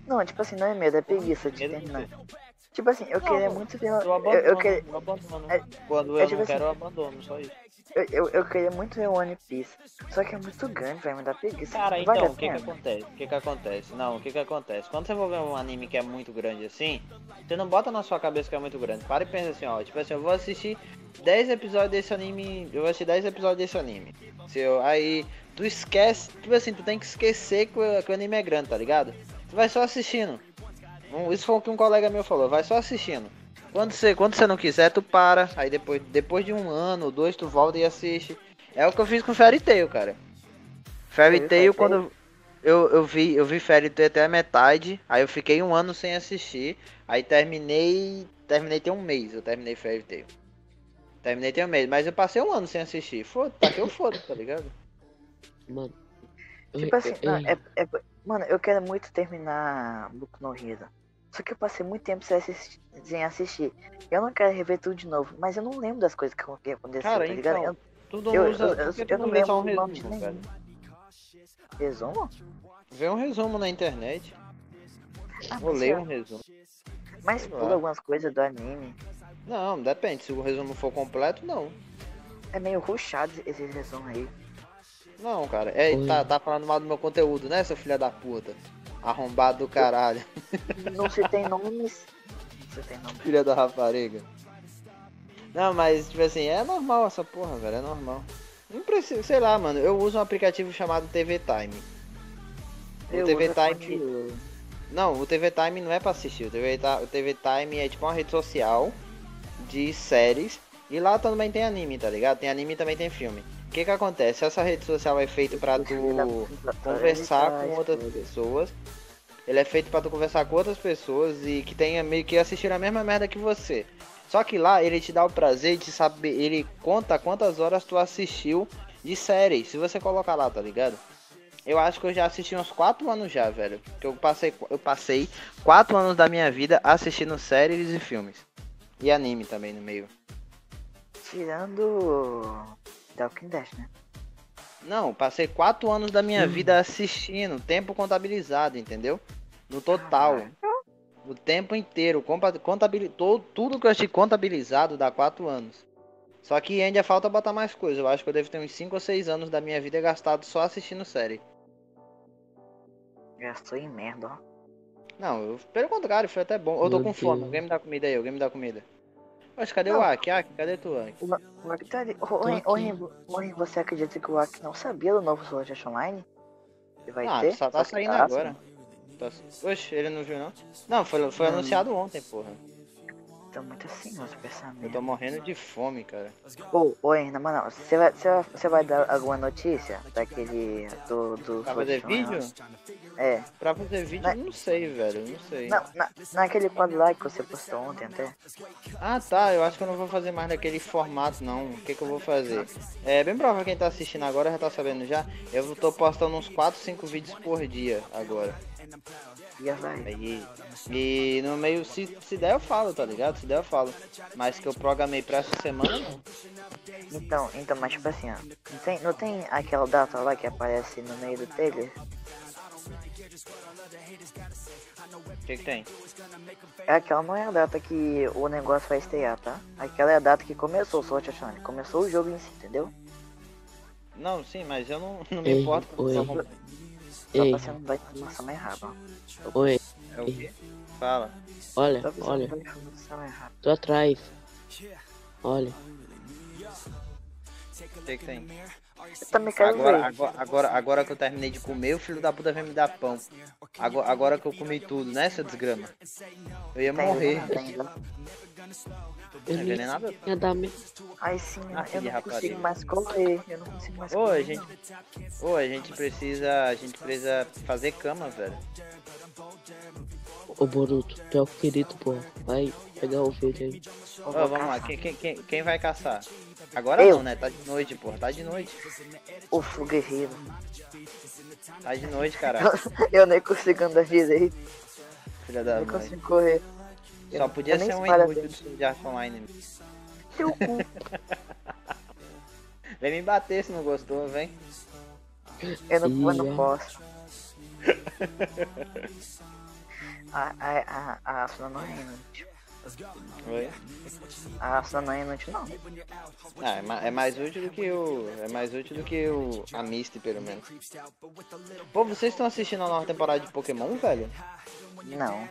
Não, tipo assim, não é medo, é preguiça de Medo do terminar. Tipo assim, eu queria muito ver. Eu Eu, abandono, eu, eu queria, abandono. é- Quando é eu tipo não assim- quero, eu abandono, só isso. eu, eu, eu queria muito ver One Piece. Só que é muito grande, vai me dar preguiça. Cara, não então, vale a o que que pena. acontece? O que que acontece? Não, o que que acontece? Quando você for ver um anime que é muito grande assim, você não bota na sua cabeça que é muito grande. Para e pensa assim, ó, tipo assim, eu vou assistir 10 episódios desse anime, eu vou assistir 10 episódios desse anime. Se eu- aí, tu esquece, tipo assim, tu tem que esquecer que o, que o anime é grande, tá ligado? Tu vai só assistindo. Um- isso foi o que um colega meu falou, vai só assistindo. Quando você, quando você não quiser, tu para. Aí depois, depois de um ano ou dois, tu volta e assiste. É o que eu fiz com Fairy Tail, cara. Fairy Fairy Tail, Tail? quando eu, eu vi, eu vi Fairy Tail até a metade, aí eu fiquei um ano sem assistir, aí terminei, terminei tem um mês, eu terminei Fairy Tail. Terminei tem um mês, mas eu passei um ano sem assistir. Foda, tá que eu foda, tá ligado? Mano. Tipo Ei, assim, ei, não, é, é- mano, eu quero muito terminar Boku no Hero. Só que eu passei muito tempo sem assistir. Sem assistir. Eu não quero rever tudo de novo, mas eu não lembro das coisas que acon- que aconteceram, Cara, tá ligado? então, Tu não Eu- usa, eu- eu- por que tu eu não não vê só um lembro o nome de resumo, cara. nenhum. Eu- Resumo? Vê um resumo na internet. Ah, Vou mas ler eu- um resumo. Mas sei pula lá. algumas coisas do anime. Não, depende. Se o resumo for completo, não. É meio ruchado esse resumo aí. Não, cara. É, Oi. tá, tá falando mal do meu conteúdo, né, seu filho da puta? Arrombado do caralho. Não se tem nomes. Não se tem nomes. Filha da rapariga. Não, mas, tipo assim, é normal essa porra, velho. É normal. Não precisa, sei lá, mano. Eu uso um aplicativo chamado TV Time. O Eu TV uso Time. aqui. Não, o TV Time não é pra assistir. O TV, Ta- o TV Time é tipo uma rede social de séries. E lá também tem anime, tá ligado? Tem anime e também tem filme. O que que acontece? Essa rede social é feita pra tu conversar com outras pessoas. Ele é feito pra tu conversar com outras pessoas e que tenha meio que assistir a mesma merda que você. Só que lá ele te dá o prazer de saber, ele conta quantas horas tu assistiu de série, se você colocar lá, tá ligado? Eu acho que eu já assisti uns 4 anos já, velho. Que eu passei, eu passei 4 anos da minha vida assistindo séries e filmes. E anime também no meio. Tirando. Talking Dash, né? Não, passei quatro anos da minha Hum. vida assistindo, tempo contabilizado, entendeu? No total. O tempo inteiro, compa- contabil- to- tudo que eu achei contabilizado dá quatro anos. Só que ainda falta botar mais coisa. Eu acho que eu devo ter uns 5 ou 6 anos da minha vida gastado só assistindo série. Gastou em merda, ó. Não, eu- pelo contrário, foi até bom. Eu tô Meu com fome. Deus. Alguém me dá comida aí, alguém me dá comida. Mas cadê Não. o Aki? Aki, cadê tu, Aki? Como é que tá ali? Ô, ô, Ren- ô, Ren- ô, Ren, você acredita que o Aki não sabia do novo Sword Art Online? Que vai Ah, ter? só tá que saindo tá, agora. Tá- Oxe, ele não viu não? Não, foi, foi Não. anunciado ontem, porra. Tô muito assim, meus Eu pensamentos. tô morrendo de fome, cara. Ô, oi, na moral, você vai, você vai, você vai dar alguma notícia daquele. do. do Pra fazer Sword Online? vídeo? É. Pra fazer vídeo, eu não sei, velho. eu Não sei. Não, na, naquele quadro lá que você postou ontem até. Ah, tá. Eu acho que eu não vou fazer mais naquele formato, não. O que, que eu vou fazer? É bem provável quem tá assistindo agora já tá sabendo já. Eu tô postando uns 4, 5 vídeos por dia agora. E ela vai. Aí, e no meio, se, se der eu falo, tá ligado? Se der eu falo. Mas que eu programei pra essa semana, não. Então, então, mas tipo assim, ó. Não tem, não tem aquela data lá que aparece no meio do trailer? O que, que tem? É aquela não é a data que o negócio vai estrear, tá? Aquela é a data que começou o Sword Art Online, começou o jogo em si, entendeu? Não, sim, mas eu não, não me Ei, importo. oi. Só vou- Só tá Ei, pra um você não dar informação errada. oi, É o quê? Fala. olha, Só pra um você não É, olha, dar informação errada. tô atrás. Olha, O que, que tem? Eu também quero Agora, ver. agora, agora, agora que eu terminei de comer, o filho da puta vai me dar pão. Agora, agora que eu comi tudo, né, seu desgrama? Eu ia morrer. Tem, tem, tem. Não eu é nem venenado? ia dar mesmo. Ai sim, Ah, eu filha, não rapariga. consigo mais correr. Eu não consigo mais Ô, correr. a gente. Ô, a gente precisa. A gente precisa fazer cama, velho. Ô Boruto, tu é o querido, pô. Vai pegar o ovelha aí. Eu Ô, vou vamos lá, caçar. quem, quem, quem, quem vai caçar? Agora Eu. não, né? Tá de noite, porra. Tá de noite. O Fu Guerreiro. Tá de noite, caralho. Eu, nem consigo andar direito, Filha da nem mãe. consigo correr. Tá Eu Só não- podia eu nem ser um espalho inútil do dentro. Sword Art Online. né? Teu cu. Vem me bater se não gostou, vem. Eu não, eu Ih, é. não posso. A, a, a, a Asuna não é inútil. Oi. A Asuna não é inútil, não. Ah, é, ma- é mais útil do que o. É mais útil do que o. A Misty, pelo menos. Pô, vocês estão assistindo a nova temporada de Pokémon, velho? Não.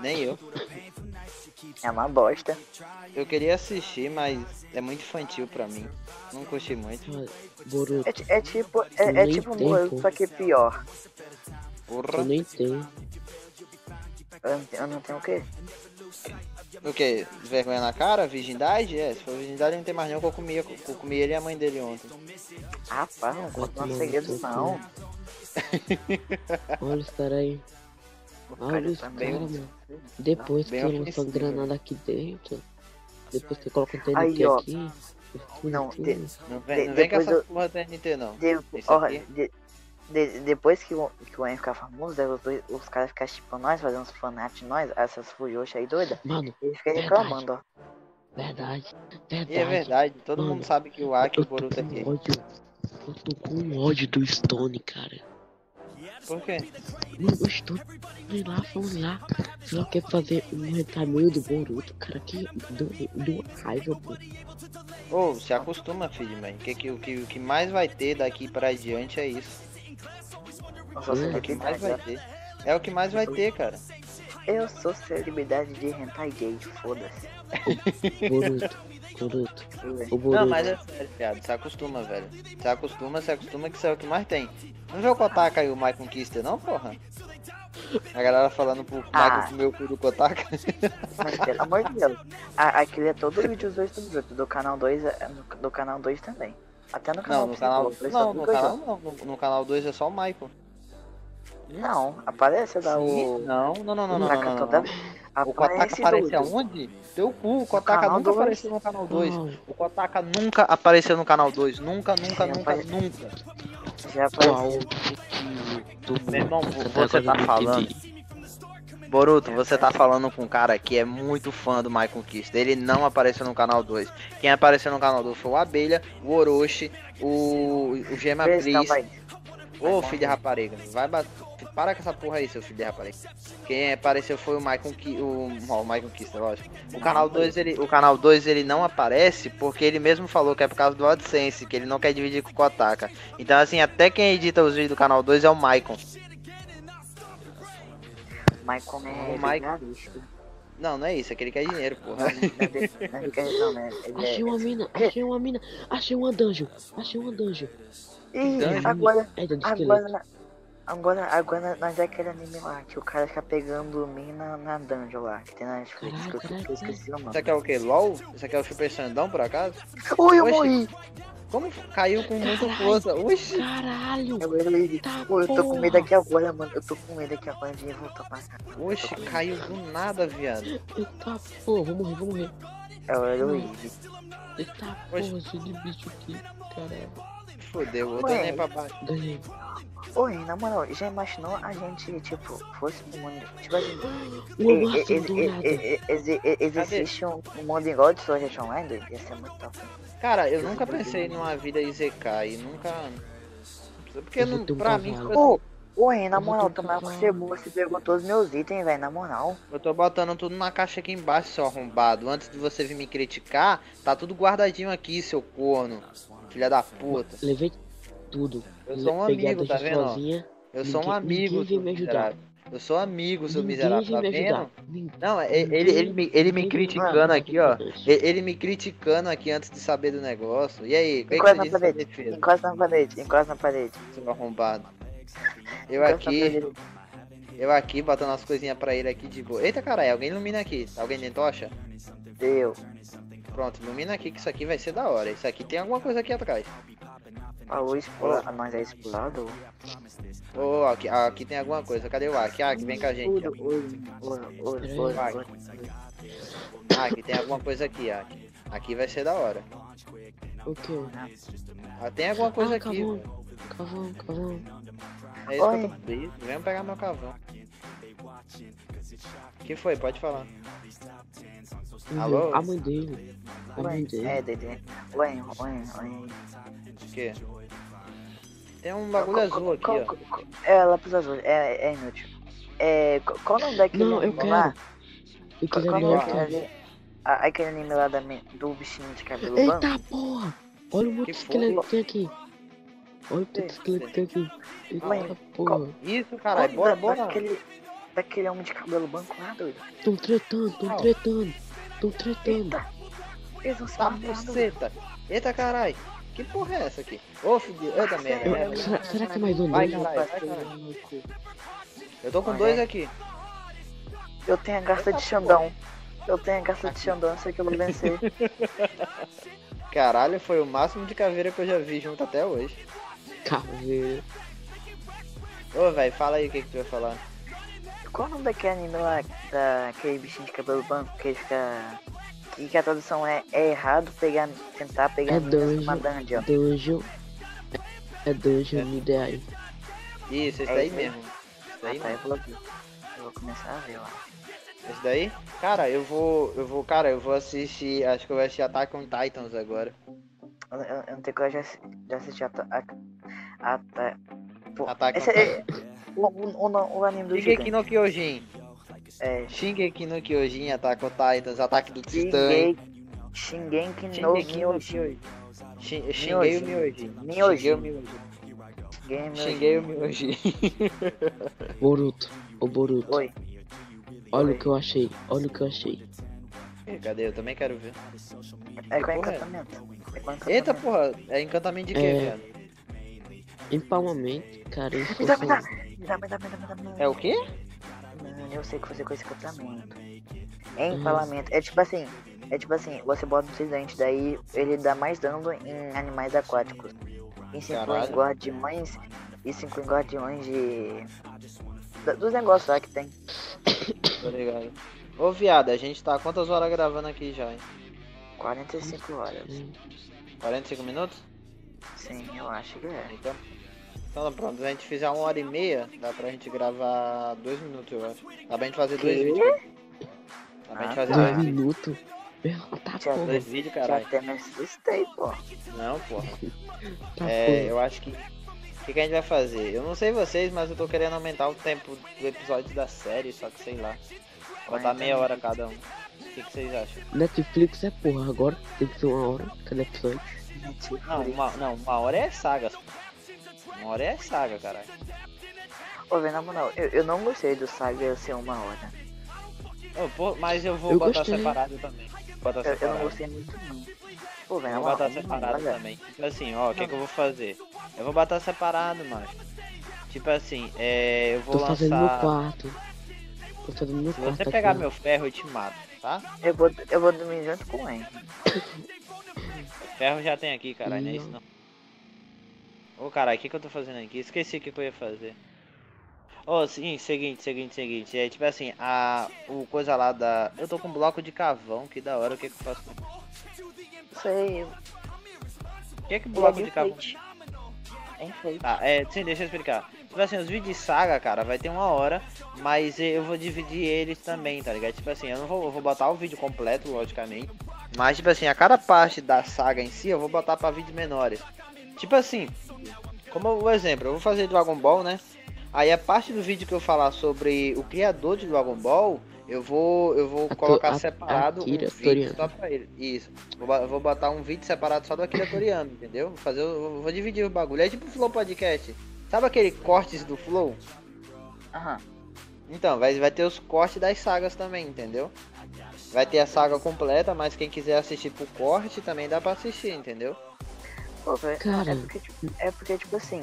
Nem eu. É uma bosta. Eu queria assistir, mas é muito infantil pra mim. Não curti muito. Olha, Boruto, É, ti- é tipo. Eu É, é nem tipo tenho, Boruto, pô. só que pior. eu É Porra. nem tenho. Eu, não te- eu não tenho o quê? O que? Vergonha na cara? Virgindade? É, se for virgindade não tem mais não que eu comia. que Eu comi ele e a mãe dele ontem. Rapaz, Ah, não conto tomar meus no segredos, teu cu. não. Olha os caras aí. Ah, Olha tá os caras, mano. Depois Bem que lança ofensivo. uma granada aqui dentro, depois que coloca um TNT Aí, ó. aqui, aqui, Não, aqui, de- Não vem, De- não vem com depois essa eu- porra da NT não. De, Esse ó, aqui? é- de- de- depois que o, que o Enio ficar famoso, daí os, dois- os caras ficam tipo nós, fazendo uns fanart nós, essas fujoshi aí doida, Mano, e fica Verdade. reclamando, ó. verdade, E é verdade. verdade, todo Mano, mundo sabe que o Aki e Eu o tô Boruto é aqui. com ódio. Eu tô com ódio do Stone, cara. Por quê? Mano, o Stone, sei lá, vamos lá. Se ela quer fazer um retalho do Boruto, cara, que deu, deu raiva, pô. Ô, se acostuma, filho, mano. Que, que, o que, o que mais vai ter daqui pra diante é isso. Eu sou É o que mais celebridade, vai ter. É o que mais vai ter, cara. ó. Eu sou celebridade de hentai gay, foda-se. Boruto, Boruto, Tudo bem. o Boruto. Não, mas é sério, viado. Se acostuma, velho. Se acostuma, se acostuma que isso é o que mais tem. Não vê o Kotaka e o Michael Kister, não, porra? A galera falando pro Michael Ah. comer o cu do Kotaka. Mas pelo amor de Deus, a, aquele é todo vídeo dos dois tudo junto, do canal 2, é- no- do canal 2 também. Até no canal Não, no Psycho, canal. eles só Não, no ficam canal juntos. não. No, no canal 2 é só o Michael. Não, aparece lá o... Não, não, não, não, não. não, Taka não, não. toda- O Kotaka Aparece aparece doido. aonde? Teu cu, o Kotaka canal nunca dois. apareceu no canal 2. Não. O Kotaka nunca apareceu no canal 2. Nunca, nunca, Sim, nunca, apare- nunca. Já Qual? apareceu. Meu irmão, Kotaka você tá não falando. Boruto, você tá falando com um cara que é muito fã do Michael Kister. Ele não apareceu no canal 2. Quem apareceu no canal 2 foi o Abelha, o Orochi, o, o Gema Vê se não Priest. vai. Ô, filho de rapariga, vai bater. Para com essa porra aí, seu filho de rapariga. Quem apareceu foi o Michael Ki... o... ó, o Michael Kister, lógico. O canal 2, ele... o canal 2 ele não aparece porque ele mesmo falou que é por causa do AdSense, que ele não quer dividir com o Kotaka. Então assim, até quem edita os vídeos do canal 2 é o Michael. Maicon é O Maicon- vigarista. Não, não é isso, é que ele quer dinheiro, porra. Não é vigarista, não, né? Ele é- Achei uma mina, achei uma mina, achei um uma dungeon, achei uma dungeon. Ih, Dungeon. agora, É de esqueleto. agora, Agora, agora nós é aquele anime lá que o cara fica pegando mina na dungeon lá, que tem na Netflix, que eu, Caraca, que eu esqueci o Isso nome. aqui é o que? LOL? Isso aqui é o Super Sandão, por acaso? Ui, eu Oxi. morri! Como caiu com muita Caralho. força? Oxi! Caralho! Eu, eu, eu, Tá, é eu tô com medo porra. aqui agora, mano. Eu tô com medo aqui agora de voltar pra cá. Oxi, caiu do nada, viado. Eita porra, vou morrer, vou morrer. É o Heloise. Eita Oxe. porra, cheio de bicho aqui. Caralho, Fodeu, eu tô Ué. nem pra baixo. ganhei. Oi, na moral, já imaginou a gente, tipo, fosse pro mundo. Tipo assim. O e- Eduardo e- e- Dourado. e- e- exi- e- Existe um um mundo igual de Sword Art Online? Ia ser muito top. Cara, eu nunca pensei numa vida IZK e nunca. Porque Eu vou não, ter um pra mim, cavalo. eu Ô, tô, oi, na Eu vou moral, ter um tomara que cavalo. você é boa, você pegou todos os meus itens, velho, na moral. eu tô botando tudo na caixa aqui embaixo, seu arrombado. Antes de você vir me criticar, tá tudo guardadinho aqui, seu corno. Filha da puta. Levei tudo. Eu sou um Peguei a amigo, tá deixa vendo? ó? sozinha. Eu sou um Ninguém- amigo, seu ninguém veio me ajudar. miserável. Eu sou um amigo, seu Ninguém miserável, tá veio me vendo? ajudar. Ninguém- Não, é- ele, ele, ele, me, ele me ninguém veio criticando ajudar. aqui, ó. E- Ele me criticando aqui antes de saber do negócio. E aí, o que, que Encosta você na disse sobre parede, defesa, encosta na parede, encosta na parede. seu arrombado? Eu encosta na aqui, parede. eu aqui, botando as coisinhas pra ele aqui de boa. Eita caralho, alguém ilumina aqui. Alguém tem tocha? Deu. Pronto, ilumina aqui que isso aqui vai ser da hora. Isso aqui tem alguma coisa aqui atrás. A luz pula, a nós é explorado. Ô, aqui, aqui tem alguma coisa. Cadê o Aki? Aki, vem com a gente. Ouro, ouro, ouro, ouro, ouro, Vai. ouro. Aki, tem alguma coisa aqui, Aki. Aqui vai ser da hora. O que? Ah, Tem alguma coisa Ah, aqui. cavão. velho. Cavão, cavão. É isso que eu Oi. tô feliz. Vem pegar meu cavão. que foi? Pode falar. Alô? A mãe dele. A mãe Ué, dele. É, Dedê. Ué, ué, ué. O quê? Tem um bagulho azul aqui, Qual- ó. qual- qual- É, lápis azul, é, é inútil. É, qu- qual o nome daquele Não, eu anime lá? Qual Eu queria qual é o quero ver nome o lá. daquele cavalo. ali? A- Aquele anime lá da men- do bichinho de cabelo branco? Eita porra! Olha o Que muito esqueleto porra. que tem aqui. Olha o tanto esqueleto que tem aqui. Ué, Eita qual- porra. Isso, Qual o caralho. nome Bora, da- bora. Daquele, daquele homem de cabelo branco lá, doido. Tão tretando, tão Qual? tretando. Tão tretando. Eita! Eles vão se Tá matar, doido. buceta. Eita, caralho. Que porra é essa aqui? Ô, filho, eita merda. Eu- merda. Ah, será, será que é mais um Vai, dele? caralho, vai, caralho. é Eu tô com dois aqui. Eu tenho a garça de Eita, Xandão. Eu tenho a garça de Xandão, eu sei que eu vou vencer. Caralho, foi o máximo de caveira que eu já vi junto até hoje. Caveira. Ô, velho, fala aí o que, que tu vai falar. Qual o nome daquele anime lá, daquele bichinho de cabelo branco que ele fica. Que, que a tradução é, é errado pegar, tentar pegar É meninas dungeon. numa dungeon. Dungeon. É Dungeon no DI. Isso, esse É daí isso aí. mesmo. Esse Ah, daí tá, eu mesmo. vou, eu vou começar a ver lá. Esse daí? Cara, eu vou. Eu vou. Cara, eu vou assistir. Acho que eu vou assistir Attack on Titans agora. Eu, eu- eu não tenho coragem de assi- de assistir a. ta- a, a ta- pô, Ataque esse on é, o, o, o, no- o anime do Shingeki Gigante. no Kyojin. É. Shingeki no Kyojin, Attack on Titans, Ataque do Titã. Shingeki Shingeki no Shingeki no Kyojin. Kyojin. Shin- Xinguei o Myojin. Xinguei o Myojin. Game Xinguei o Myojin. Boruto. Ô Boruto. Oi. Olha Oi. o que eu achei. Olha o que eu achei. Cadê? Eu também quero ver. É com Porra. encantamento. É com encantamento. Eita porra, é encantamento de quê, É. velho? Empalmamento, cara. eu Me sou dá, me dá, fã. me dá, me dá, me dá, me dá, me dá. É o quê? Hum, Eu sei o que fazer com esse encantamento. Hum. É empalamento. É tipo assim. É tipo assim, você bota um sedante, daí ele dá mais dano em animais aquáticos. Isso inclui Caralho. guardiões. Isso inclui guardiões de. da- Dos negócios lá que tem. Tô ligado. Ô viado, a gente tá quantas horas gravando aqui já, hein? 45 horas. Hum. 45 minutos? Sim, eu acho que é. Então, então pronto, se a gente fizer uma hora e meia, dá pra gente gravar dois minutos, eu acho. Dá pra gente fazer dois Quê? vídeos. Dá pra gente Ah, fazer tá. dois Dois vídeos. minutos. Meu, Tá Tinha porra. Dois vídeos, Já caralho. até me assustei, pô. Não, porra. Tá É, porra. eu acho que. O que, que a gente vai fazer? Eu não sei vocês, mas eu tô querendo aumentar o tempo do episódio da série, só que sei lá. Botar meia hora cada um. O que, que vocês acham? Netflix é porra. Agora tem que ser uma hora cada episódio. Não, uma, não, uma hora é saga. Uma hora é saga, caralho. Ô, velho, na moral, eu, eu não gostei do Saga ser uma hora. Ô, pô, mas eu vou Eu botar gostei. separado também. Botar Eu, eu Tá não separado. gostei muito, não. Pô, velho, é na Eu vou moral. botar uma separado hora- também. Tipo assim, ó, o que, que eu vou fazer? Eu vou botar separado, mano. Tipo assim, é, eu vou Tô fazendo meu lançar. quarto. Tô fazendo meu Se quarto. você pegar aqui, ó. meu ferro, eu te mato, tá? Eu vou, eu vou dormir junto com o Eng. Ferro já tem aqui, caralho, não é Não. isso não. Ô caralho, o que, que eu tô fazendo aqui? Esqueci o que, que eu ia fazer. Ô, seguinte, seguinte, seguinte, seguinte. É tipo assim, a. O coisa lá da. Eu tô com um bloco de cavão, que da hora, o que, que eu faço com Isso aí. O que é que bloco é de cavão? enfeite. É enfeite. Tá, é, sim, deixa eu explicar. Tipo assim, os vídeos de saga, cara, vai ter uma hora, mas eu vou dividir eles também, tá ligado? Tipo assim, eu não vou, eu vou botar o vídeo completo, logicamente. Mas, tipo assim, a cada parte da saga em si, eu vou botar pra vídeos menores. Tipo assim, como o exemplo, eu vou fazer Dragon Ball, né? Aí a parte do vídeo que eu falar sobre o criador de Dragon Ball, eu vou, eu vou Atu- colocar a- separado um Akira vídeo Toriyama. só pra ele. Isso. Vou, bo- eu vou botar um vídeo separado só do Akira Toriyama, entendeu? Vou fazer, o- vou, vou dividir o bagulho. É tipo o Flow Podcast. Sabe aquele cortes do Flow? Aham. Então, vai, vai ter os cortes das sagas também, entendeu? Vai ter a saga completa, mas quem quiser assistir pro corte também dá pra assistir, entendeu? Pô, velho, Cara. É porque, tipo, é porque, tipo assim,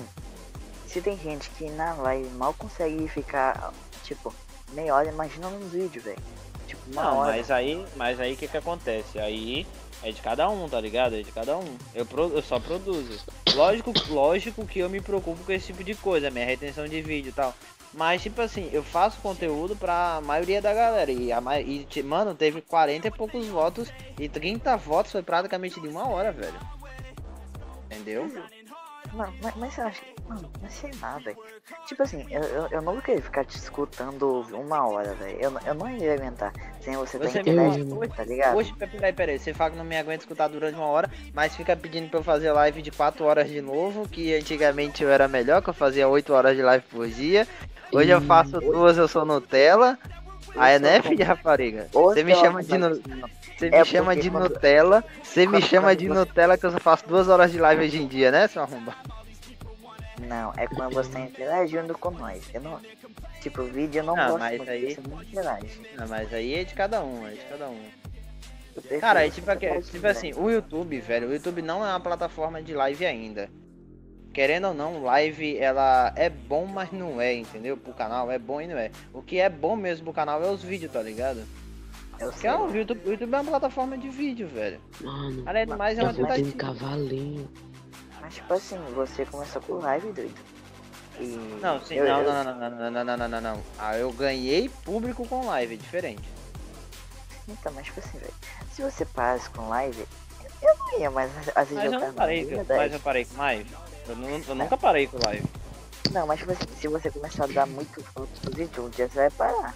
se tem gente que na live mal consegue ficar, tipo, meia hora, imagina num vídeo, velho. Tipo, uma Não, hora. mas aí, mas aí o que que acontece? Aí é de cada um, tá ligado? É de cada um. Eu, pro- eu só produzo. Lógico, lógico que eu me preocupo com esse tipo de coisa, minha retenção de vídeo e tal. Mas tipo assim, eu faço conteúdo pra maioria da galera e a ma- e, te- mano, teve 40 e poucos votos e 30 votos foi praticamente de uma hora, velho. Entendeu? Mano, mas, mas eu acho que. Mano, não sei lá, velho. Tipo assim, eu, eu, eu não vou querer ficar te escutando uma hora, velho. Eu, não- eu não ia aguentar sem você ter Você me internet, mesmo. tá ligado? Hoje, peraí, peraí, você fala que não me aguenta escutar durante uma hora, mas fica pedindo pra eu fazer live de 4 horas de novo, que antigamente eu era melhor, que eu fazia 8 horas de live por dia. Hoje eu Ih, faço duas, eu sou Nutella. Aí, Eu né, sou filho de rapariga? Ô, Você me seu chama de, nu- arrombado. você É me chama porque de quando- Nutella, você me quando- chama quando de você- Nutella que eu só faço duas horas de live hoje em dia, né, seu arromba? Não, é quando você interage junto com nós. Eu não. Tipo, o vídeo eu não Ah, gosto mas muito, aí- você não interage. Não, mas aí é de cada um, é de cada um. Eu prefiro Cara, é você tipo, aque- interagir, tipo velho. assim, o YouTube, velho, o YouTube não é uma plataforma de live ainda. Querendo ou não, live ela é bom, mas não é, entendeu? Pro canal é bom e não é. O que é bom mesmo pro canal é os vídeos, tá ligado? Eu Porque sei. ah, o, YouTube, o YouTube é uma plataforma de vídeo, velho. Mano, Além do mais, é eu uma vou ter um tentativa. cavalinho. Mas tipo assim, você começou com live, doido. E. Não, sim, eu- não, eu- não, não, não, não, não, não, não, não. Ah, eu ganhei público com live, é diferente. Então, mas tipo assim, velho. Se você passa com live, eu não ia mais assistir Mas o eu canal. não parei, de eu- verdade. mas eu parei com live. Eu, nu- eu nunca parei com live. Não, mas tipo assim, se você começar a dar muito fruto pro vídeo, um dia você vai parar.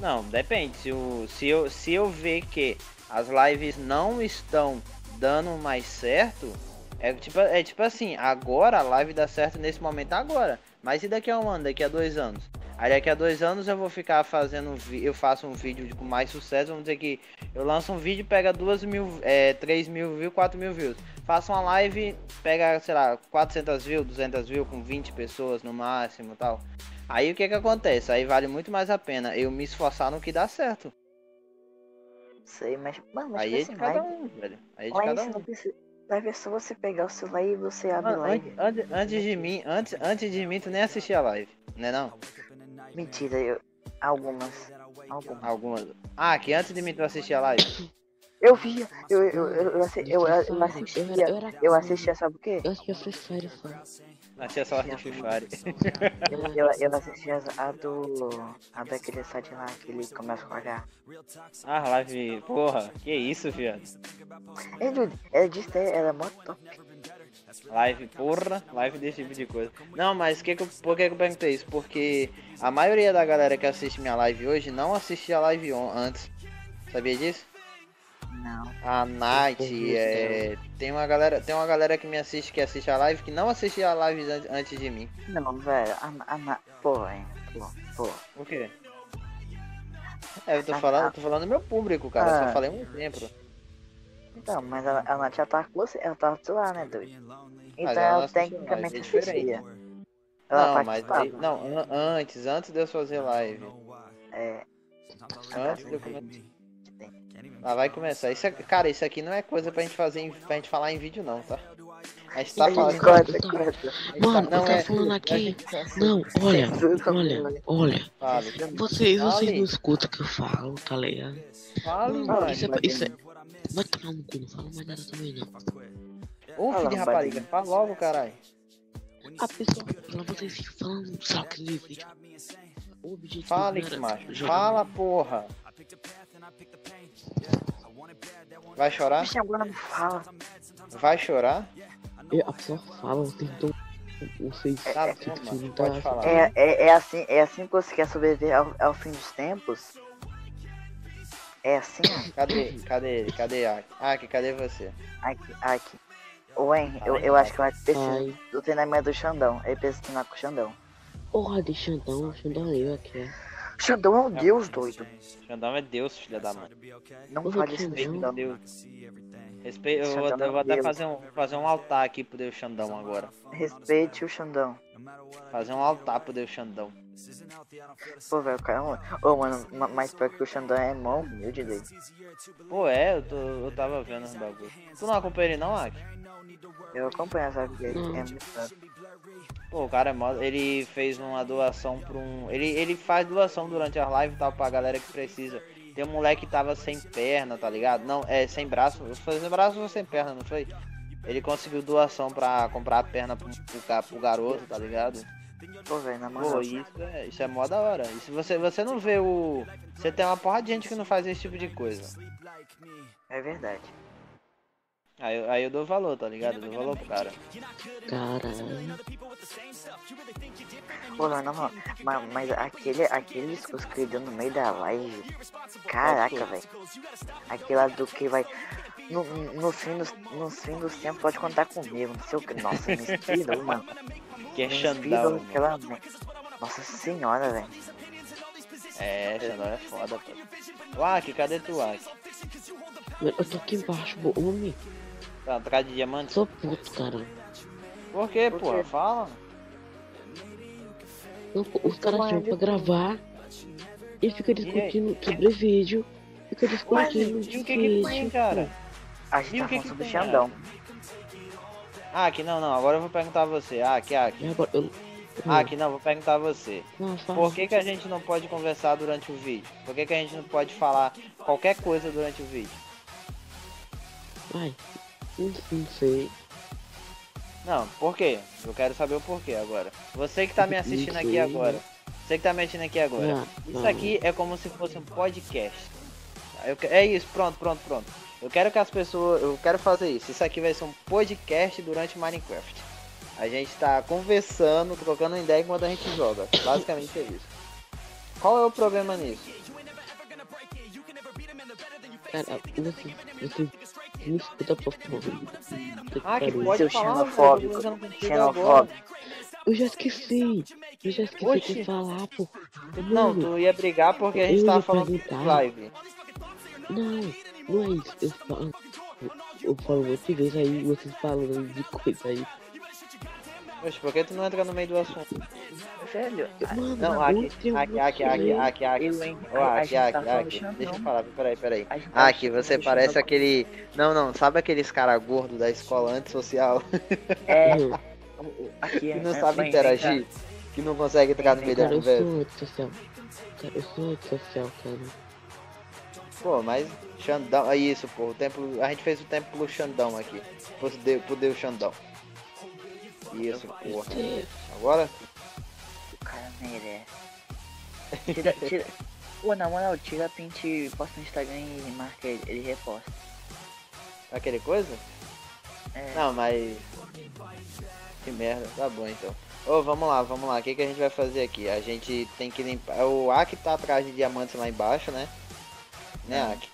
Não, depende. Se, o, se, eu, se eu ver que as lives não estão dando mais certo, é tipo, é tipo assim, agora a live dá certo nesse momento agora. Mas e daqui a um ano, daqui a dois anos? Aí daqui a dois anos eu vou ficar fazendo, vi- eu faço um vídeo de- com mais sucesso, vamos dizer que eu lanço um vídeo, pega duas mil, é, 3 mil views, 4 mil views. Faço uma live, pega, sei lá, 400 views, 200 views com 20 pessoas no máximo e tal. Aí o que que acontece? Aí vale muito mais a pena eu me esforçar no que dá certo. Não sei, mas. Mano, mas Aí é tipo de assim, cada live. um, velho. Aí é de Live cada você não um. precisa. Live é só você pegar o celular e você abre Mano, live. antes, antes, antes de mim, antes, antes de mim, tu nem assistia a live, né não? Mentira, eu. Algumas. Algumas. Algumas. Ah, que antes de mim tu assistia a live. Eu via, eu, eu, eu, eu, assi- eu, eu, eu Free Fire, eu assistia. era- era- Eu assistia, sabe o quê? Eu assistia Free Fire só. Assistia só a live de Free Fire. Eu, eu, eu assim. assistia a do. a daquele site lá que ele começa a olhar. Ah, live. Porra, que isso, viado. Ei, Dude, é, ela disse que era mó top. Live, porra, live desse tipo de coisa. Não, mas que que eu, por que, que eu perguntei isso? Porque a maioria da galera que assiste minha live hoje não assistia a live on antes. Sabia disso? Não. A Night, Meu é, tem uma galera, tem uma galera que me assiste que assiste a live que não assistia a live an- antes de mim. Não, velho. A, a, na- pô, hein. Pô, pô. O quê? É, Ah, eu tô tá. falando, eu tô falando do meu público, cara. eu Só Ah. falei um exemplo. Então, mas ela, ela te atacou, você- ela tava do seu é lado, né, doido? Então ela não ela assistiu tecnicamente mais, é diferente. assistia. Ela não, mas participava. aí- não, an- antes, antes de eu fazer live. É, Antes de eu começar. é Ah, vai começar. Isso é- cara, isso aqui não é coisa pra gente fazer, em, pra gente falar em vídeo não, tá? A gente tá Ai, falando. Deus. corta, corta. a gente tá- Mano, não eu é. tava falando aqui. Censura. Não, olha, Censura, olha, né? mano. olha. Fale, Vocês, vocês Fale. não escutam o que eu falo, tá ligado? fale, Mano, mano. isso é. vai Isso é... Vai tomar no cu, não fala mais nada também né? não. Ô, filho de Fala, rapariga, fala logo, caralho. A pessoa fala, vocês ficam falando, sabe que nem vídeo. O objetivo Fale, não era macho. jogar. Fala, porra. Vai chorar? Bicho, agora não Tá fala. Vai chorar? Eu, a pessoa fala, eu tento. Vocês. Tá tipo, bom, vocês mano. não tá- Pode falar. É, é, é, assim, é assim que você quer sobreviver ao, ao fim dos tempos? É assim? Cadê? Cadê ele? Cadê a Aki, cadê você? Aqui, aqui. O Henry, eu, eu acho que o Aki precisa Ai. do treinamento do Xandão. Ele precisa treinar com o Xandão. Porra de Xandão, Xandão um- eu aqui, é. Xandão é um deus, doido. Xandão é Deus, filha da mãe. Não Mas fale o isso do Xandão- Xandão. Deus. Respe... Eu, vou, Xandão é eu vou até Deus. fazer um, fazer um altar aqui pro Deus Xandão agora. Respeite o Xandão. Fazer um altar pro Deus Xandão. Pô, velho, o cara é um... Ô, mano, ma- mas pior que o Xandão é mó humilde dele. Pô, é, eu, tô, eu tava vendo os bagulho. Tu não acompanha ele não, Aki? Eu acompanho essa vida. Hum. Não. É muito foda. Pô, o cara é mó... Ele fez uma doação pra um... Ele, ele faz doação durante as lives e tal pra galera que precisa. Tem um moleque que tava sem perna, tá ligado? Não, é, sem braço. Foi sem braço ou sem perna, não foi? Ele conseguiu doação pra comprar a perna pro, pro, ca- pro garoto, tá ligado? Pô, velho, na moral. Pô, isso é, isso é mó da hora. E se você, você não vê o... Você tem uma porra de gente que não faz esse tipo de coisa. É verdade. Aí, eu- aí eu dou valor, tá ligado? Eu dou valor pro cara. Caralho. Pô, não, não, mas, mas aquele, aquele discurso que ele deu no meio da live. Caraca, velho. Aquele lá do que vai. No, no, fim dos, no fim dos tempos pode contar comigo. Não sei o que. Nossa, me inspirou, mano. Que é Me Xandão, inspirou mano. aquela. me- Nossa senhora, velho. É, Xandão é foda, pô. O Aki, cadê tu, Aki? Mano, eu tô aqui embaixo, bo- homem. Tá atrás de diamante? Sou puto, cara. Por quê, Por pô? quê? Fala. Não, pô, os caras Mas chamam pra eu- gravar e fica discutindo sobre vídeo. Fica discutindo e o que que tem, cara? A gente E o tá que falando que sobre tem, Xandão. Aki, não, não. Agora eu vou perguntar a você. Aki, Aki. Agora eu. Hum. Aki, não. Vou perguntar a você. não, faço. Por Ah, que que a gente não pode conversar durante o vídeo? Por que que a gente não pode falar qualquer coisa durante o vídeo? Ai, não, não sei. Não, por quê? Eu quero saber o porquê agora. Você que tá me assistindo Não aqui sei. agora. né? Você que tá me assistindo aqui agora. Ah, Isso não. aqui é como se fosse um podcast. Eu que- é isso, pronto, pronto, pronto. Eu quero que as pessoas. Eu quero fazer isso. Isso aqui vai ser um podcast durante Minecraft. A gente tá conversando, trocando ideia enquanto a gente joga. Basicamente é isso. Qual é o problema nisso? Cara, você, você me escuta por favor. Ah, que Peraí. pode Seu falar, xenofóbico. eu tô conversando contigo agora. Xenofóbico. Eu já esqueci. Eu já esqueci Oxi. de falar, pô. Não, Mano, tu ia brigar porque a gente Eu tava ia falando de perguntar. live. Não, não é isso. Eu falo, eu falo muitas vezes aí, vocês falam de coisa aí. Poxa, por que tu não entra no meio do assunto? Velho, Mano, Não, aqui, um aqui, aqui, aqui, aqui, aqui. eu, hein? Ó, A aqui, gente aqui, tá falando aqui. Xandão. Deixa eu falar, peraí, peraí. A gente tá Aki, Ah, você falando parece Xandão. aquele. Não, não, sabe aqueles cara gordo da escola antissocial É, Não, aqui que não é- sabe vem, interagir? Que não consegue entrar no meio da cara, eu conversa? sou antissocial. Cara, eu sou antissocial, cara. Pô, mas Xandão, é isso, pô. O templo, a gente fez o templo Xandão aqui. Pro Deus, pro Deus Xandão. Isso, porra. Agora? vem cá. O cara merece. Tira, tira. Pô, na moral, tira a print, posta no Instagram e marca ele, ele reposta. Aquele coisa? É. Não, mas. Que merda, tá bom então. Ô, vamos lá, vamos lá. O que, que a gente vai fazer aqui? A gente tem que limpar. O Aki tá atrás de diamantes lá embaixo, né? Né, Hum. Aki?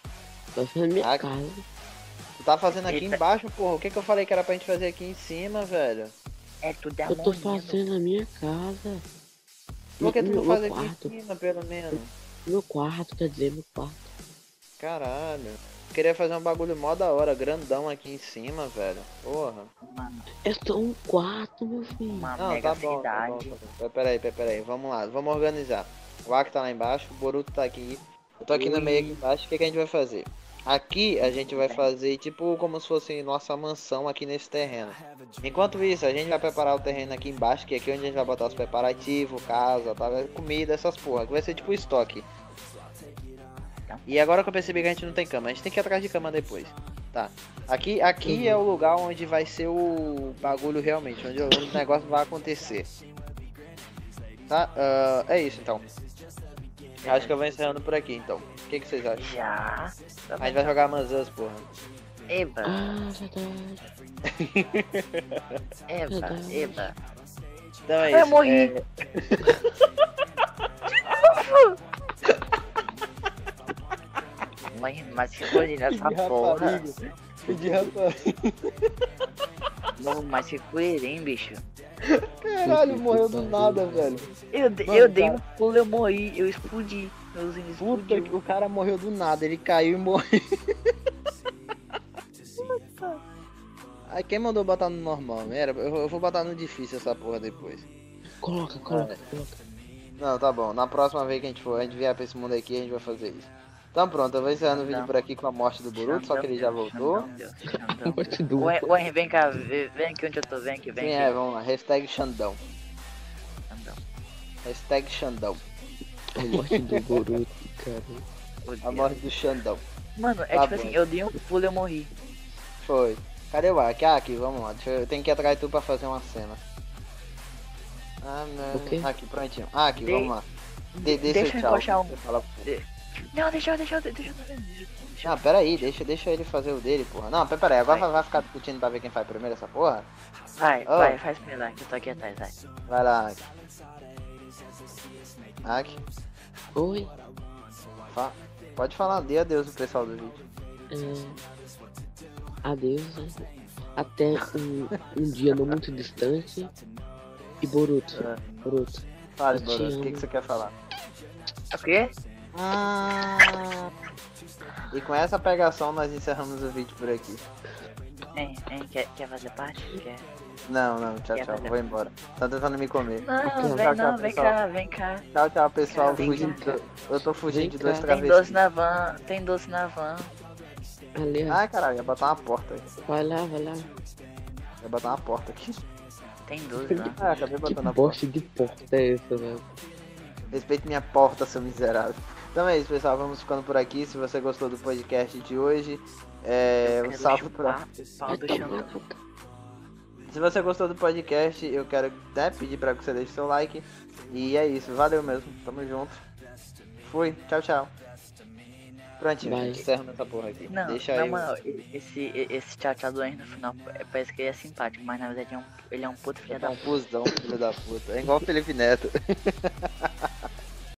Tá sendo minha Ah, cara. Tu tá fazendo aqui Eita. embaixo, porra. O que, que eu falei que era pra gente fazer aqui em cima, velho? É tudo é tá Eu tô harmonia, fazendo a minha casa. né? Por que tu meu, não faz meu aqui quarto. em cima, pelo menos? Meu quarto, quer dizer, meu quarto. Caralho. Queria fazer um bagulho mó da hora, grandão aqui em cima, velho. Porra. mano. É só um quarto, meu filho. Uma Não, mega tá bom, tá bom, cidade. tá bom. Peraí, peraí, peraí. Vamos lá, vamos organizar. O Aki tá lá embaixo, o Boruto tá aqui. Eu tô aqui no meio, aqui embaixo. O que, que a gente vai fazer? Aqui a gente vai fazer tipo como se fosse nossa mansão aqui nesse terreno. Enquanto isso, a gente vai preparar o terreno aqui embaixo, que é aqui onde a gente vai botar os preparativos, casa, tá, comida, essas porra, que vai ser tipo estoque. E agora que eu percebi que a gente não tem cama, a gente tem que ir atrás de cama depois. Tá. Aqui, aqui é o lugar onde vai ser o bagulho realmente, onde, onde o negócio vai acontecer. Tá? Ah, é isso então. Acho que eu vou encerrando por aqui então. O que, que vocês acham? Já. A gente vai jogar Manzãs, porra. Eba, Ah, verdade. Ah, eba, eba. Então é Eu isso. morri. é, Mas, mas ficou lindo essa tá porra. rapariga. De rapaz. Não, mas ficou irem, bicho. Caralho, morreu do nada, velho. Eu, de- Mano, eu dei cara. um pulo, eu morri, eu explodi. Meu zinho Puta explodiu. que o cara morreu do nada, ele caiu e morreu. Aí quem mandou botar no normal? né? Era, eu, eu vou botar no difícil essa porra depois. Coloca, coloca, coloca. Não, tá bom. Na próxima vez que a gente for, a gente vier pra esse mundo aqui, a gente vai fazer isso. Então pronto, eu vou encerrando o vídeo Não. por aqui com a morte do Boruto, só que ele já voltou. Xandão, Deus, Xandão. Vou te dou. Ué, ué, vem cá, vê- vem aqui onde eu tô, vem aqui, Sim, vem é, aqui. vamos lá. Hashtag Xandão. Xandão. Hashtag Xandão. A morte do Boruto, cara. Ô, Deus. A morte do Xandão. Mano, é Tá tipo bom. assim, eu dei um pulo, eu morri. Foi. Cadê o Aki? Ah, aqui, vamos lá. Deixa eu... eu tenho que ir atrás de tu pra fazer uma cena. Ah, não. O quê? Aqui, prontinho. Ah, aqui, De- vamos lá. De, deixa, deixa eu eu tchau. encoxar um. Deixa eu falar pro- Não, deixa eu, deixa eu, deixa eu. deixa eu- Ah, pera aí, deixa, deixa ele fazer o dele, porra. Não, pera aí, agora vai. vai ficar discutindo pra ver quem faz primeiro essa porra? Vai, Ah. vai, faz pelar, que eu tô aqui atrás, vai. Vai lá, Aki. Aki, Oi. fa... pode falar, dê adeus o pessoal do vídeo. É... Adeus. né? Até um, um dia não muito distante. E Boruto, É. Boruto. Fala, Eu te Boruto, o que, amo. que você quer falar? É O quê? Ah... E com essa pegação nós encerramos o vídeo por aqui. Hein, hein, quer, quer fazer parte? Quer? Não, não, tchau, Quer tchau, fazer? vou embora. Tá tentando me comer. Não, tá, Tchau, vem, tchau, não, vem pessoal. cá, vem cá. Tchau, tchau, pessoal. Vem Fugindo cá. do- Eu tô fugindo Vem de dois cá. Tem travestis. doce na van, tem doce na van. Aliás, Ai, caralho, ia botar uma porta aí. vai lá, vai lá. Ia botar uma porta aqui. Tem doce lá. Ah, acabei botando a Que porta. bosta de porta é essa, velho? Respeite minha porta, seu miserável. Então é isso, pessoal. Vamos ficando por aqui. Se você gostou do podcast de hoje, é... um Quero salve pra... chupar o pau do Xandão. Se você gostou do podcast, eu quero né, pedir pra que você deixe seu like. E é isso. Valeu mesmo. Tamo junto. Fui. Tchau, tchau. Prontinho, Vai. encerrando essa porra aqui. Não, Deixa um na eu... moral, esse, esse tchau tchau do Enzo no final é- parece que ele é simpático, mas na verdade ele é um, ele é um puto filho da Confusão, filho da puta. É igual o Felipe Neto.